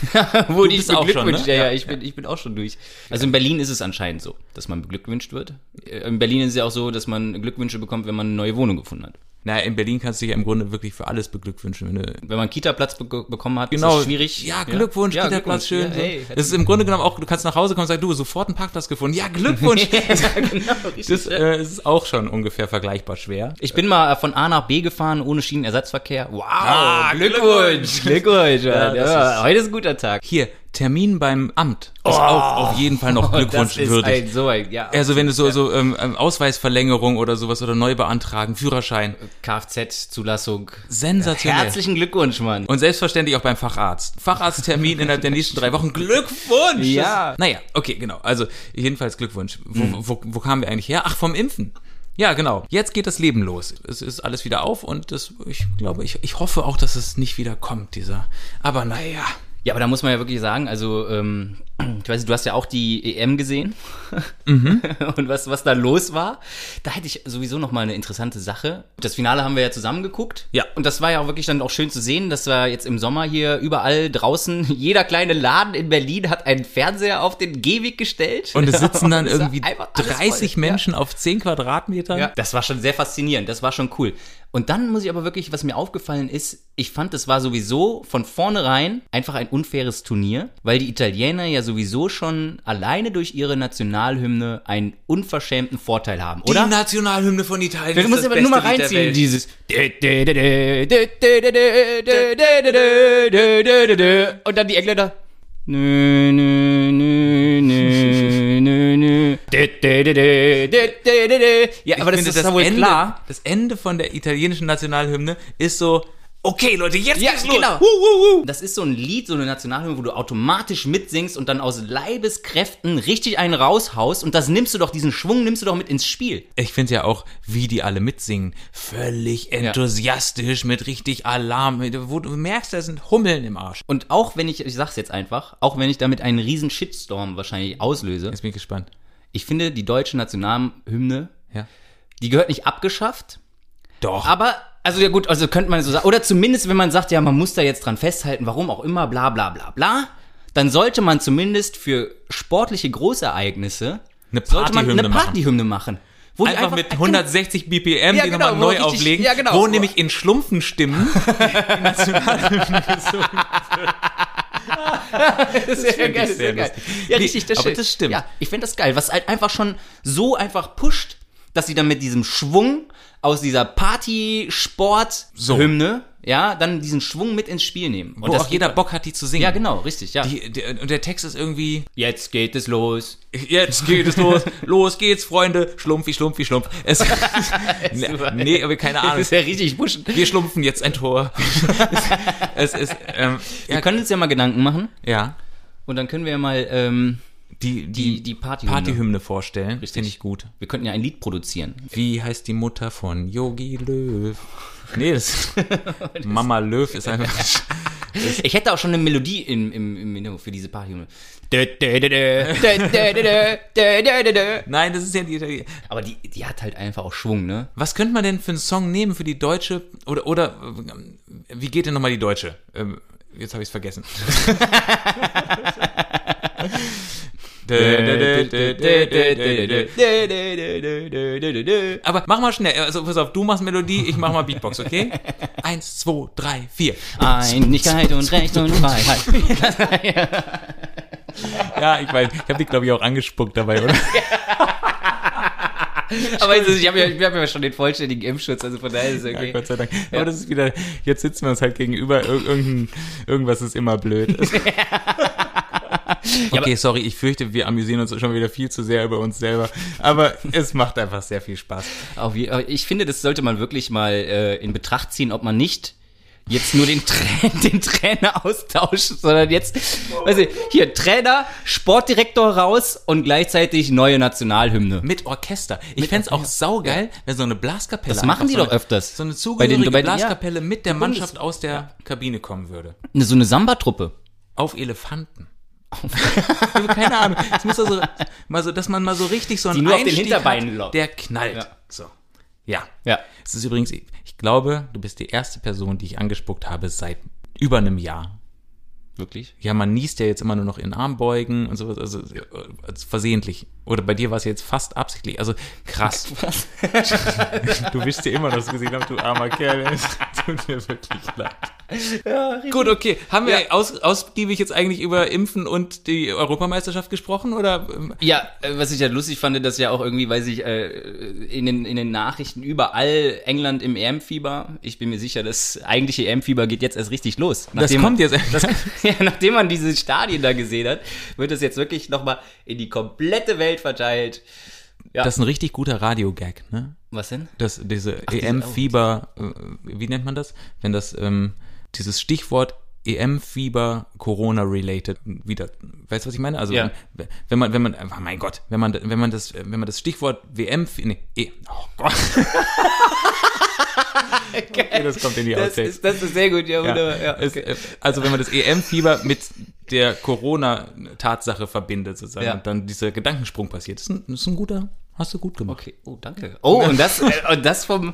[SPEAKER 2] wurde ich
[SPEAKER 1] bist auch schon,
[SPEAKER 2] beglückwünscht.
[SPEAKER 1] ne?
[SPEAKER 2] Ja,
[SPEAKER 1] Ja,
[SPEAKER 2] ja, ich bin ich bin auch schon durch. Also in Berlin ist es anscheinend so, dass man beglückwünscht wird. Äh, In Berlin ist es ja auch so, dass man Glückwünsche bekommt, wenn man eine neue Wohnung gefunden hat.
[SPEAKER 1] Na, in Berlin kannst du dich ja im Grunde wirklich für alles beglückwünschen, wenn du
[SPEAKER 2] Wenn man einen Kita-Platz be bekommen hat, ist
[SPEAKER 1] Genau.
[SPEAKER 2] das schwierig.
[SPEAKER 1] Ja, Glückwunsch,
[SPEAKER 2] Ja,
[SPEAKER 1] ja, Platz schön.
[SPEAKER 2] Glückwunsch. Ja, ey,
[SPEAKER 1] so. Das ist im Grunde genommen auch, du kannst nach Hause kommen und sagen, du, sofort einen Parkplatz gefunden. Ja, Glückwunsch.
[SPEAKER 2] genau,
[SPEAKER 1] das äh, ist auch schon ungefähr vergleichbar schwer.
[SPEAKER 2] Ich bin mal äh, von A nach B gefahren ohne Schienenersatzverkehr. Wow!
[SPEAKER 1] Ah,
[SPEAKER 2] Glückwunsch! Glückwunsch! ja,
[SPEAKER 1] das ist-
[SPEAKER 2] heute ist ein guter Tag.
[SPEAKER 1] Hier, Termin beim Amt ist auch auf jeden Fall noch Glückwunsch
[SPEAKER 2] Oh. das ist
[SPEAKER 1] würdig.
[SPEAKER 2] Ein, so ein, ja.
[SPEAKER 1] also wenn du so, so ähm, ähm, Ausweisverlängerung oder sowas oder neu beantragen, Führerschein,
[SPEAKER 2] Kfz-Zulassung.
[SPEAKER 1] sensationell.
[SPEAKER 2] Herzlichen Glückwunsch, Mann.
[SPEAKER 1] Und selbstverständlich auch beim Facharzt. Facharzttermin innerhalb der nächsten drei Wochen. Glückwunsch!
[SPEAKER 2] Ja. Hm.
[SPEAKER 1] Naja, okay, genau. Also, jedenfalls Glückwunsch. Wo, wo, wo kamen wir eigentlich her? Ach, vom Impfen. Ja, genau. Jetzt geht das Leben los. Es ist alles wieder auf und das, ich glaube, ich, ich hoffe auch, dass es nicht wieder kommt, dieser. Aber naja.
[SPEAKER 2] Ja, aber da muss man ja wirklich sagen, also, ähm, ich weiß nicht, du hast ja auch die EM gesehen
[SPEAKER 1] Mhm.
[SPEAKER 2] und was, was da los war. Da hätte ich sowieso noch mal eine interessante Sache. Das Finale haben wir ja zusammen geguckt.
[SPEAKER 1] Ja.
[SPEAKER 2] Und das war ja auch wirklich dann auch schön zu sehen, dass wir jetzt im Sommer hier überall draußen, jeder kleine Laden in Berlin hat einen Fernseher auf den Gehweg gestellt.
[SPEAKER 1] Und es sitzen dann
[SPEAKER 2] es war
[SPEAKER 1] irgendwie
[SPEAKER 2] einfach alles
[SPEAKER 1] 30
[SPEAKER 2] voll.
[SPEAKER 1] Menschen auf 10 Quadratmetern.
[SPEAKER 2] Ja, das war schon sehr faszinierend, das war schon cool. Und dann muss ich aber wirklich, was mir aufgefallen ist, ich fand, das war sowieso von vornherein einfach ein unfaires Turnier, weil die Italiener ja sowieso schon alleine durch ihre Nationalhymne einen unverschämten Vorteil haben, oder?
[SPEAKER 1] Die Nationalhymne von Italien.
[SPEAKER 2] Du musst
[SPEAKER 1] das
[SPEAKER 2] aber nur mal
[SPEAKER 1] beste Lied der
[SPEAKER 2] reinziehen,
[SPEAKER 1] Welt.
[SPEAKER 2] dieses und dann die Engländer. Nö, nö, nö, nö, nö, nö. Ja, aber
[SPEAKER 1] ich
[SPEAKER 2] das
[SPEAKER 1] finde,
[SPEAKER 2] ist ja wohl
[SPEAKER 1] Ende,
[SPEAKER 2] klar.
[SPEAKER 1] Das Ende von der italienischen Nationalhymne ist so, okay, Leute, jetzt
[SPEAKER 2] Ja,
[SPEAKER 1] geht's los.
[SPEAKER 2] genau.
[SPEAKER 1] Hu, hu, hu.
[SPEAKER 2] Das ist so ein Lied, so eine Nationalhymne, wo du automatisch mitsingst und dann aus Leibeskräften richtig einen raushaust und das nimmst du doch, diesen Schwung nimmst du doch mit ins Spiel.
[SPEAKER 1] Ich finde ja auch, wie die alle mitsingen, völlig enthusiastisch, mit richtig Alarm, wo du merkst, da sind Hummeln im Arsch.
[SPEAKER 2] Und auch wenn ich, ich sag's jetzt einfach, auch wenn ich damit einen riesen Shitstorm wahrscheinlich auslöse,
[SPEAKER 1] Jetzt bin ich gespannt.
[SPEAKER 2] ich finde die deutsche Nationalhymne,
[SPEAKER 1] Ja.
[SPEAKER 2] die gehört nicht abgeschafft,
[SPEAKER 1] Doch.
[SPEAKER 2] aber, also ja gut, also könnte man so sagen, oder zumindest wenn man sagt, ja, man muss da jetzt dran festhalten, warum auch immer, bla bla bla bla, dann sollte man zumindest für sportliche Großereignisse
[SPEAKER 1] Eine
[SPEAKER 2] sollte man eine
[SPEAKER 1] Partyhymne machen.
[SPEAKER 2] Partyhymne machen. Wo die
[SPEAKER 1] einfach, mit 160 BPM
[SPEAKER 2] Ja,
[SPEAKER 1] die
[SPEAKER 2] genau,
[SPEAKER 1] nochmal
[SPEAKER 2] wo
[SPEAKER 1] neu
[SPEAKER 2] richtig-
[SPEAKER 1] auflegen,
[SPEAKER 2] ja, genau.
[SPEAKER 1] wo nämlich in Schlumpfenstimmen die Nationalhymne gesungen
[SPEAKER 2] Das ist ja geil,
[SPEAKER 1] ich
[SPEAKER 2] das ist
[SPEAKER 1] sehr
[SPEAKER 2] ja geil.
[SPEAKER 1] lustig.
[SPEAKER 2] Ja,
[SPEAKER 1] Nee,
[SPEAKER 2] richtig, das
[SPEAKER 1] aber
[SPEAKER 2] stimmt.
[SPEAKER 1] das stimmt.
[SPEAKER 2] Ja, ich finde das geil, was halt einfach schon so einfach pusht, dass sie dann mit diesem Schwung aus dieser Party-Sport-Hymne, ja, dann diesen Schwung mit ins Spiel nehmen.
[SPEAKER 1] Wo
[SPEAKER 2] das
[SPEAKER 1] auch jeder Bock hat, die zu singen.
[SPEAKER 2] Ja, genau, richtig, ja.
[SPEAKER 1] Die, die, und der Text ist irgendwie,
[SPEAKER 2] Jetzt geht es los.
[SPEAKER 1] Jetzt geht es los. Los geht's, Freunde. Schlumpfi, schlumpfi, schlumpf. Es, nee, aber keine
[SPEAKER 2] Das
[SPEAKER 1] Ahnung.
[SPEAKER 2] ist ja richtig pushen.
[SPEAKER 1] Wir schlumpfen jetzt ein Tor. es ist, ähm,
[SPEAKER 2] Wir
[SPEAKER 1] ja,
[SPEAKER 2] können uns ja mal Gedanken machen
[SPEAKER 1] ja.
[SPEAKER 2] und dann können wir ja mal ähm,
[SPEAKER 1] die,
[SPEAKER 2] Die-
[SPEAKER 1] die,
[SPEAKER 2] die Partyhymne.
[SPEAKER 1] Partyhymne vorstellen.
[SPEAKER 2] Richtig.
[SPEAKER 1] Finde ich gut.
[SPEAKER 2] Wir könnten ja ein Lied produzieren.
[SPEAKER 1] Wie heißt die Mutter von Yogi Löw? Nee, das Mama Löw ist einfach.
[SPEAKER 2] Ich hätte auch schon eine Melodie im, im, im Hintergrund für diese Partyhymne. Dö, dö, dö, dö, dö, dö, dö, dö, dö, dö, dö.
[SPEAKER 1] Nein, das ist ja die.
[SPEAKER 2] Aber die, die hat halt einfach auch Schwung, ne?
[SPEAKER 1] Was könnte man denn für einen Song nehmen für die deutsche oder oder ähm, wie geht denn nochmal die deutsche? Ähm, jetzt habe ich es vergessen.
[SPEAKER 2] Dö, dö, dö, dö, dö, dö, dö.
[SPEAKER 1] Aber mach mal schnell, also pass auf, du machst Melodie, ich mach mal Beatbox, okay? Eins, zwei, drei, vier.
[SPEAKER 2] Einigkeit Halt und Recht und Freiheit.
[SPEAKER 1] Ja, ich weiß, ich habe dich glaube ich auch angespuckt dabei, oder?
[SPEAKER 2] Aber es ist- ich habe ja, ich hab ja schon den vollständigen Impfschutz, also von daher ist es
[SPEAKER 1] Ja,
[SPEAKER 2] okay.
[SPEAKER 1] Gott sei Dank. Aber das ist wieder, jetzt sitzen wir uns halt gegenüber, ir irgendein, irgendwas ist immer blöd. okay, sorry, ich fürchte, wir amüsieren uns schon wieder viel zu sehr über uns selber. Aber es macht einfach sehr viel Spaß.
[SPEAKER 2] Auf je- aber ich finde, das sollte man wirklich mal äh, in Betracht ziehen, ob man nicht jetzt nur den, Tra den Trainer austauscht, sondern jetzt, weiß ich, hier Trainer, Sportdirektor raus und gleichzeitig neue Nationalhymne.
[SPEAKER 1] Mit Orchester. Ich fänd's auch saugeil, wenn so eine Blaskapelle.
[SPEAKER 2] Das machen
[SPEAKER 1] einfach
[SPEAKER 2] die
[SPEAKER 1] so
[SPEAKER 2] doch
[SPEAKER 1] eine,
[SPEAKER 2] öfters.
[SPEAKER 1] So eine
[SPEAKER 2] Bei den-
[SPEAKER 1] zugehörige
[SPEAKER 2] bei den- ja.
[SPEAKER 1] Blaskapelle mit der Mannschaft aus der Kabine kommen würde.
[SPEAKER 2] Ne, So eine Samba-Truppe.
[SPEAKER 1] Auf Elefanten. Ich habe Also keine Ahnung. Es muss also mal so, dass man mal so richtig so einen
[SPEAKER 2] Die nur auf den
[SPEAKER 1] Einstieg
[SPEAKER 2] Hinterbeinen
[SPEAKER 1] hat,
[SPEAKER 2] lockt.
[SPEAKER 1] der knallt.
[SPEAKER 2] Ja.
[SPEAKER 1] So. Ja.
[SPEAKER 2] Ja.
[SPEAKER 1] Es ist übrigens, ich glaube, du bist die erste Person, die ich angespuckt habe seit über einem Jahr.
[SPEAKER 2] Wirklich?
[SPEAKER 1] Ja, man niest ja jetzt immer nur noch in Armbeugen und sowas, also, äh, also versehentlich. Oder bei dir war es jetzt fast absichtlich. Also krass. du wischst dir immer noch das Gesicht ab, du armer Kerl. Es tut mir wirklich leid. Gut, okay. Haben wir aus, ausgiebig jetzt eigentlich über Impfen und die Europameisterschaft gesprochen? Oder ähm,
[SPEAKER 2] Ja, äh, was ich ja lustig fand, dass ja auch irgendwie, weiß ich, äh, in den, in den Nachrichten überall England im EM-Fieber. Ich bin mir sicher, das eigentliche EM-Fieber geht jetzt erst richtig los.
[SPEAKER 1] das
[SPEAKER 2] nachdem man-
[SPEAKER 1] kommt jetzt. Das,
[SPEAKER 2] ja, nachdem man diese Stadien da gesehen hat, wird es jetzt wirklich nochmal in die komplette Welt verteilt.
[SPEAKER 1] das ist ein richtig guter Radiogag, ne?
[SPEAKER 2] Was denn?
[SPEAKER 1] das, diese
[SPEAKER 2] diese
[SPEAKER 1] EM-Fieber, äh, wie nennt man das? Wenn das, ähm, dieses Stichwort EM-Fieber Corona-related wieder, weißt du, was ich meine? Also
[SPEAKER 2] Ja.
[SPEAKER 1] wenn, wenn man, wenn man, oh mein Gott, wenn man, wenn man das, wenn man das Stichwort WM, nee, e, oh Gott. okay, das kommt in die
[SPEAKER 2] Das
[SPEAKER 1] Outtakes.
[SPEAKER 2] ist, das ist sehr gut, ja,
[SPEAKER 1] Ja.
[SPEAKER 2] wunderbar. Ja,
[SPEAKER 1] Es-
[SPEAKER 2] okay.
[SPEAKER 1] äh, also wenn man das EM-Fieber mit der Corona-Tatsache verbindet sozusagen
[SPEAKER 2] Ja.
[SPEAKER 1] und dann dieser Gedankensprung passiert, das ist ein, das ist ein guter, hast du gut gemacht.
[SPEAKER 2] okay. Oh, danke. Oh, und das, äh, und das vom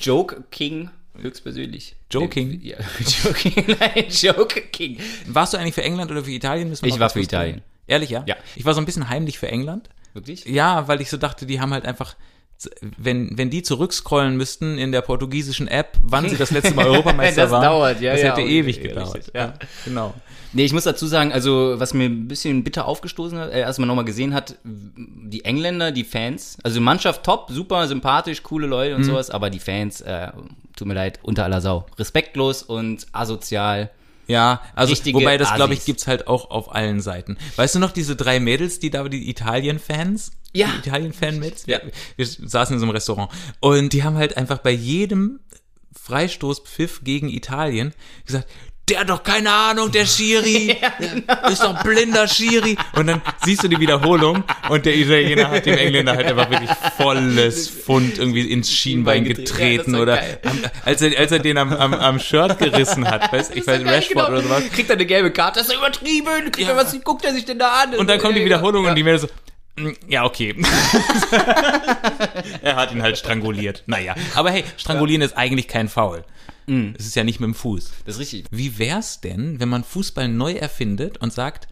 [SPEAKER 2] Joke King höchstpersönlich.
[SPEAKER 1] Joe King?
[SPEAKER 2] Ja, Joke King. Nein, Joke King.
[SPEAKER 1] Warst du eigentlich für England oder für Italien? Müssen wir
[SPEAKER 2] Ich
[SPEAKER 1] noch
[SPEAKER 2] war
[SPEAKER 1] kurz
[SPEAKER 2] für
[SPEAKER 1] losgehen.
[SPEAKER 2] Italien.
[SPEAKER 1] Ehrlich, ja?
[SPEAKER 2] Ja.
[SPEAKER 1] Ich war so ein bisschen heimlich für England.
[SPEAKER 2] Wirklich?
[SPEAKER 1] Ja, weil ich so dachte, die haben halt einfach, wenn, wenn die zurückscrollen müssten in der portugiesischen App, wann sie das letzte Mal Europameister
[SPEAKER 2] Das
[SPEAKER 1] waren.
[SPEAKER 2] dauert, ja,
[SPEAKER 1] Das
[SPEAKER 2] ja,
[SPEAKER 1] hätte
[SPEAKER 2] und-
[SPEAKER 1] ewig
[SPEAKER 2] ja,
[SPEAKER 1] gedauert.
[SPEAKER 2] richtig, ja.
[SPEAKER 1] ja, genau.
[SPEAKER 2] Nee, ich muss dazu sagen, also was mir ein bisschen bitter aufgestoßen hat, äh, als man nochmal gesehen hat, die Engländer, die Fans, also Mannschaft top, super, sympathisch, coole Leute und
[SPEAKER 1] Mhm.
[SPEAKER 2] sowas, aber die Fans, äh, tut mir leid, unter aller Sau. Respektlos und asozial.
[SPEAKER 1] Ja, also
[SPEAKER 2] Richtige
[SPEAKER 1] wobei das, glaube ich,
[SPEAKER 2] Assis.
[SPEAKER 1] gibt's halt auch auf allen Seiten. Weißt du noch diese drei Mädels, die da die Italien-Fans?
[SPEAKER 2] Ja.
[SPEAKER 1] Die Italien-Fan-Mädels?
[SPEAKER 2] Ja.
[SPEAKER 1] Wir saßen in so einem Restaurant und die haben halt einfach bei jedem Freistoßpfiff gegen Italien gesagt, der hat doch keine Ahnung, der Schiri.
[SPEAKER 2] genau.
[SPEAKER 1] Ist doch blinder Schiri. Und dann siehst du die Wiederholung und der Italiener hat dem Engländer halt einfach wirklich volles Pfund irgendwie ins Schienbein
[SPEAKER 2] Schienbein getreten. Ja, das ist
[SPEAKER 1] getreten
[SPEAKER 2] doch
[SPEAKER 1] oder
[SPEAKER 2] geil.
[SPEAKER 1] am, als, er, als er den am, am, am Shirt gerissen hat, weißt, ich
[SPEAKER 2] Das
[SPEAKER 1] weiß,
[SPEAKER 2] ist doch geil, genau.
[SPEAKER 1] Rashford oder sowas.
[SPEAKER 2] Kriegt er eine gelbe Karte, das ist doch übertrieben, kriegt er was, guckt er sich denn da an?
[SPEAKER 1] Und dann kommt die
[SPEAKER 2] Ja, genau.
[SPEAKER 1] Wiederholung
[SPEAKER 2] ja.
[SPEAKER 1] und die Mädels so, "Mm, ja, okay. er hat ihn halt stranguliert. Naja. Aber hey, strangulieren ist eigentlich kein Foul.
[SPEAKER 2] Mhm.
[SPEAKER 1] Es ist ja nicht mit dem Fuß.
[SPEAKER 2] Das ist richtig.
[SPEAKER 1] Wie wär's denn, wenn man Fußball neu erfindet und sagt,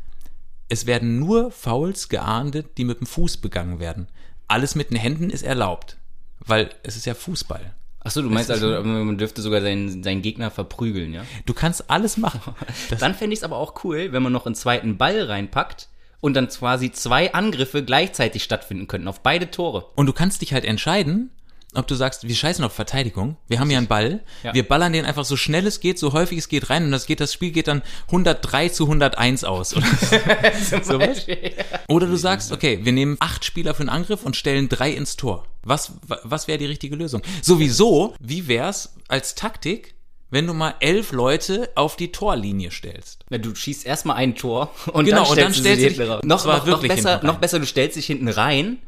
[SPEAKER 1] es werden nur Fouls geahndet, die mit dem Fuß begangen werden. Alles mit den Händen ist erlaubt. Weil es ist ja Fußball.
[SPEAKER 2] Achso, du meinst also, man dürfte sogar seinen, seinen Gegner verprügeln, ja?
[SPEAKER 1] Du kannst alles machen.
[SPEAKER 2] Dann fände ich es aber auch cool, wenn man noch einen zweiten Ball reinpackt und dann quasi zwei Angriffe gleichzeitig stattfinden könnten auf beide Tore.
[SPEAKER 1] Und du kannst dich halt entscheiden, ob du sagst, wir scheißen auf Verteidigung, wir haben ja einen Ball,
[SPEAKER 2] Ja.
[SPEAKER 1] wir ballern den einfach so schnell es geht, so häufig es geht rein und das geht, das Spiel geht dann 103 zu 101 aus. Oder, sowas. oder du sagst, okay, wir nehmen acht Spieler für den Angriff und stellen drei ins Tor. Was, wa- was wäre die richtige Lösung? Sowieso, wie wär's als Taktik, wenn du mal elf Leute auf die Torlinie stellst?
[SPEAKER 2] Na, du schießt erstmal ein Tor und
[SPEAKER 1] Genau,
[SPEAKER 2] dann
[SPEAKER 1] und dann
[SPEAKER 2] stellst, du
[SPEAKER 1] stellst
[SPEAKER 2] sie
[SPEAKER 1] du dich-
[SPEAKER 2] hinten raus.
[SPEAKER 1] das
[SPEAKER 2] noch,
[SPEAKER 1] war
[SPEAKER 2] noch,
[SPEAKER 1] wirklich
[SPEAKER 2] noch, besser,
[SPEAKER 1] hinten rein.
[SPEAKER 2] noch besser, du stellst dich hinten rein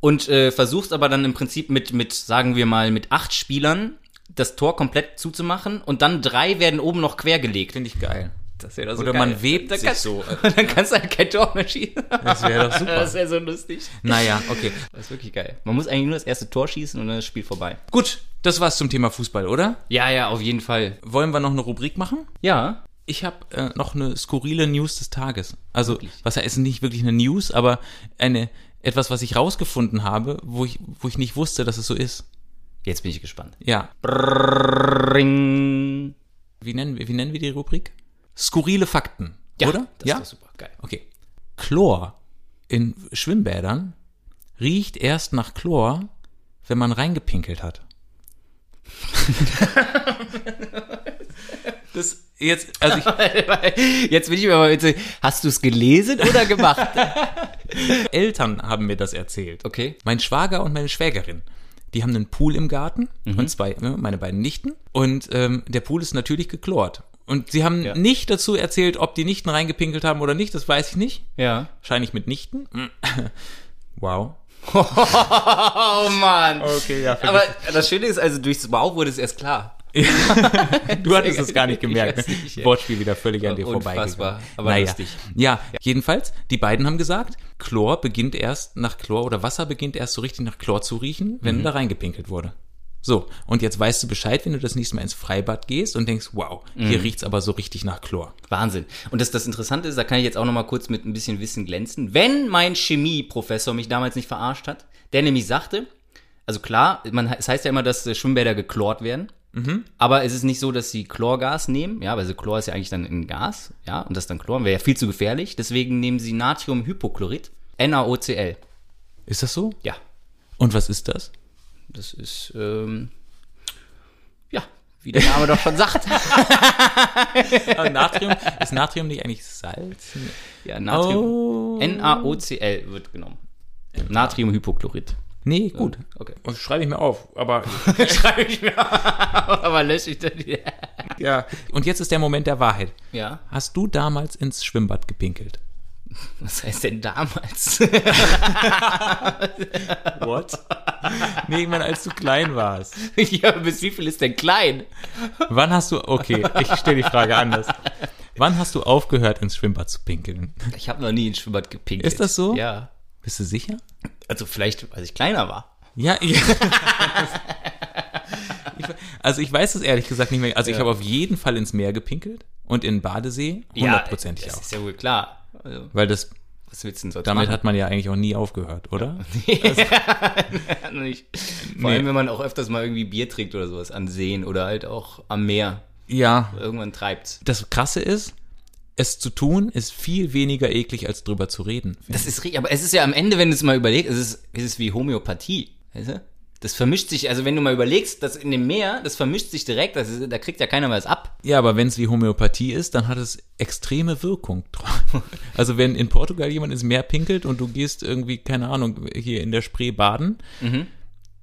[SPEAKER 2] und äh, versuchst aber dann im Prinzip mit, mit, sagen wir mal, mit acht Spielern das Tor komplett zuzumachen und dann drei werden oben noch quergelegt.
[SPEAKER 1] Finde ich geil.
[SPEAKER 2] Das wäre so
[SPEAKER 1] Oder man webt
[SPEAKER 2] dann
[SPEAKER 1] sich
[SPEAKER 2] kannst,
[SPEAKER 1] so.
[SPEAKER 2] Dann kannst du halt kein Tor mehr schießen.
[SPEAKER 1] Das wäre doch
[SPEAKER 2] Das
[SPEAKER 1] super.
[SPEAKER 2] wäre so lustig.
[SPEAKER 1] naja, okay.
[SPEAKER 2] Das ist wirklich geil. Man muss eigentlich nur das erste Tor schießen und dann ist das Spiel vorbei.
[SPEAKER 1] Gut, das war's zum Thema Fußball, oder?
[SPEAKER 2] Ja, ja, auf jeden Fall.
[SPEAKER 1] Wollen wir noch eine Rubrik machen?
[SPEAKER 2] Ja.
[SPEAKER 1] Ich habe äh, noch eine skurrile News des Tages. Also, was heißt nicht wirklich eine News, aber eine etwas, was ich rausgefunden habe, wo ich, wo ich nicht wusste, dass es so ist.
[SPEAKER 2] Jetzt bin ich gespannt.
[SPEAKER 1] Ja.
[SPEAKER 2] Ring.
[SPEAKER 1] Wie nennen, wir- wie nennen wir die Rubrik? Skurrile Fakten, oder?
[SPEAKER 2] Das ist doch super geil.
[SPEAKER 1] Okay. Chlor in Schwimmbädern riecht erst nach Chlor, wenn man reingepinkelt hat. das jetzt, also ich,
[SPEAKER 2] Jetzt bin ich mir aber bitte, hast du es gelesen oder gemacht?
[SPEAKER 1] Eltern haben mir das erzählt.
[SPEAKER 2] Okay.
[SPEAKER 1] Mein Schwager und meine Schwägerin. Die haben einen Pool im Garten und zwei, ne, meine beiden Nichten. Und ähm, der Pool ist natürlich geklort. Und sie haben
[SPEAKER 2] Ja.
[SPEAKER 1] nicht dazu erzählt, ob die Nichten reingepinkelt haben oder nicht, das weiß ich nicht.
[SPEAKER 2] Ja.
[SPEAKER 1] Wahrscheinlich mit Nichten. Wow.
[SPEAKER 2] Oh Mann.
[SPEAKER 1] Okay, ja,
[SPEAKER 2] Aber das Schöne ist, also durchs Wow wurde es erst klar.
[SPEAKER 1] Du hattest es gar nicht gemerkt. ne?
[SPEAKER 2] Ich weiß nicht, ey.
[SPEAKER 1] Wortspiel wieder völlig an dir
[SPEAKER 2] Unfassbar,
[SPEAKER 1] vorbeigegangen.
[SPEAKER 2] aber lustig.
[SPEAKER 1] Ja, jedenfalls, die beiden haben gesagt, Chlor beginnt erst nach Chlor oder Wasser beginnt erst so richtig nach Chlor zu riechen,
[SPEAKER 2] Mhm.
[SPEAKER 1] wenn da reingepinkelt wurde. So, und jetzt weißt du Bescheid, wenn du das nächste Mal ins Freibad gehst und denkst, wow,
[SPEAKER 2] Mhm.
[SPEAKER 1] hier riecht's aber so richtig nach Chlor.
[SPEAKER 2] Wahnsinn. Und das, das Interessante ist, da kann ich jetzt auch nochmal kurz mit ein bisschen Wissen glänzen. Wenn mein Chemieprofessor mich damals nicht verarscht hat, der nämlich sagte, also klar, man, es heißt ja immer, dass äh, Schwimmbäder geklort werden. Aber es ist nicht so, dass sie Chlorgas nehmen, ja, weil also Chlor ist ja eigentlich dann ein Gas, ja, und das dann Chlor wäre ja viel zu gefährlich. Deswegen nehmen sie Natriumhypochlorid, NaOCl.
[SPEAKER 1] Ist das so?
[SPEAKER 2] Ja,
[SPEAKER 1] Und was ist das?
[SPEAKER 2] das ist, ähm, ja, wie der Name doch schon sagt.
[SPEAKER 1] Äh, Natrium? ist Natrium nicht eigentlich Salz?
[SPEAKER 2] Ja, Natrium.
[SPEAKER 1] Oh.
[SPEAKER 2] NaOCl wird genommen. Natriumhypochlorid.
[SPEAKER 1] Nee, gut.
[SPEAKER 2] Okay.
[SPEAKER 1] Das Schreibe ich mir auf, aber
[SPEAKER 2] Schreibe ich mir auf, aber lösche ich dann wieder.
[SPEAKER 1] ja. Und jetzt ist der Moment der Wahrheit.
[SPEAKER 2] Ja.
[SPEAKER 1] Hast du damals ins Schwimmbad gepinkelt?
[SPEAKER 2] Was heißt denn damals?
[SPEAKER 1] What? Nee, ich meine, als du klein warst.
[SPEAKER 2] ja, bis wie viel ist denn klein?
[SPEAKER 1] Wann hast du, okay, ich stelle die Frage anders. Wann hast du aufgehört, ins Schwimmbad zu pinkeln?
[SPEAKER 2] Ich habe noch nie ins Schwimmbad gepinkelt.
[SPEAKER 1] Ist das so?
[SPEAKER 2] Ja.
[SPEAKER 1] Bist du sicher?
[SPEAKER 2] Also vielleicht, als ich kleiner war.
[SPEAKER 1] Ja, ich, ich, also ich weiß es ehrlich gesagt nicht mehr. Also ich habe auf jeden Fall ins Meer gepinkelt und in den Badesee hundertprozentig
[SPEAKER 2] ja, das
[SPEAKER 1] auch.
[SPEAKER 2] ist ja wohl klar. Also,
[SPEAKER 1] Weil das,
[SPEAKER 2] was willst du denn sonst
[SPEAKER 1] damit
[SPEAKER 2] machen?
[SPEAKER 1] hat man ja eigentlich auch nie aufgehört, oder?
[SPEAKER 2] hat man nicht. Vor allem, wenn man auch öfters mal irgendwie Bier trinkt oder sowas an Seen oder halt auch am Meer.
[SPEAKER 1] Ja.
[SPEAKER 2] Irgendwann treibt's.
[SPEAKER 1] Das Krasse ist, es zu tun ist viel weniger eklig, als drüber zu reden.
[SPEAKER 2] Das ist richtig, aber es ist ja am Ende, wenn du es mal überlegst, es ist, es ist wie Homöopathie. Weißt du? Das vermischt sich, also wenn du mal überlegst, das in dem Meer, das vermischt sich direkt, das ist, da kriegt ja keiner was ab.
[SPEAKER 1] Ja, aber wenn es wie Homöopathie ist, dann hat es extreme Wirkung. Also wenn in Portugal jemand ins Meer pinkelt und du gehst irgendwie, keine Ahnung, hier in der Spree baden,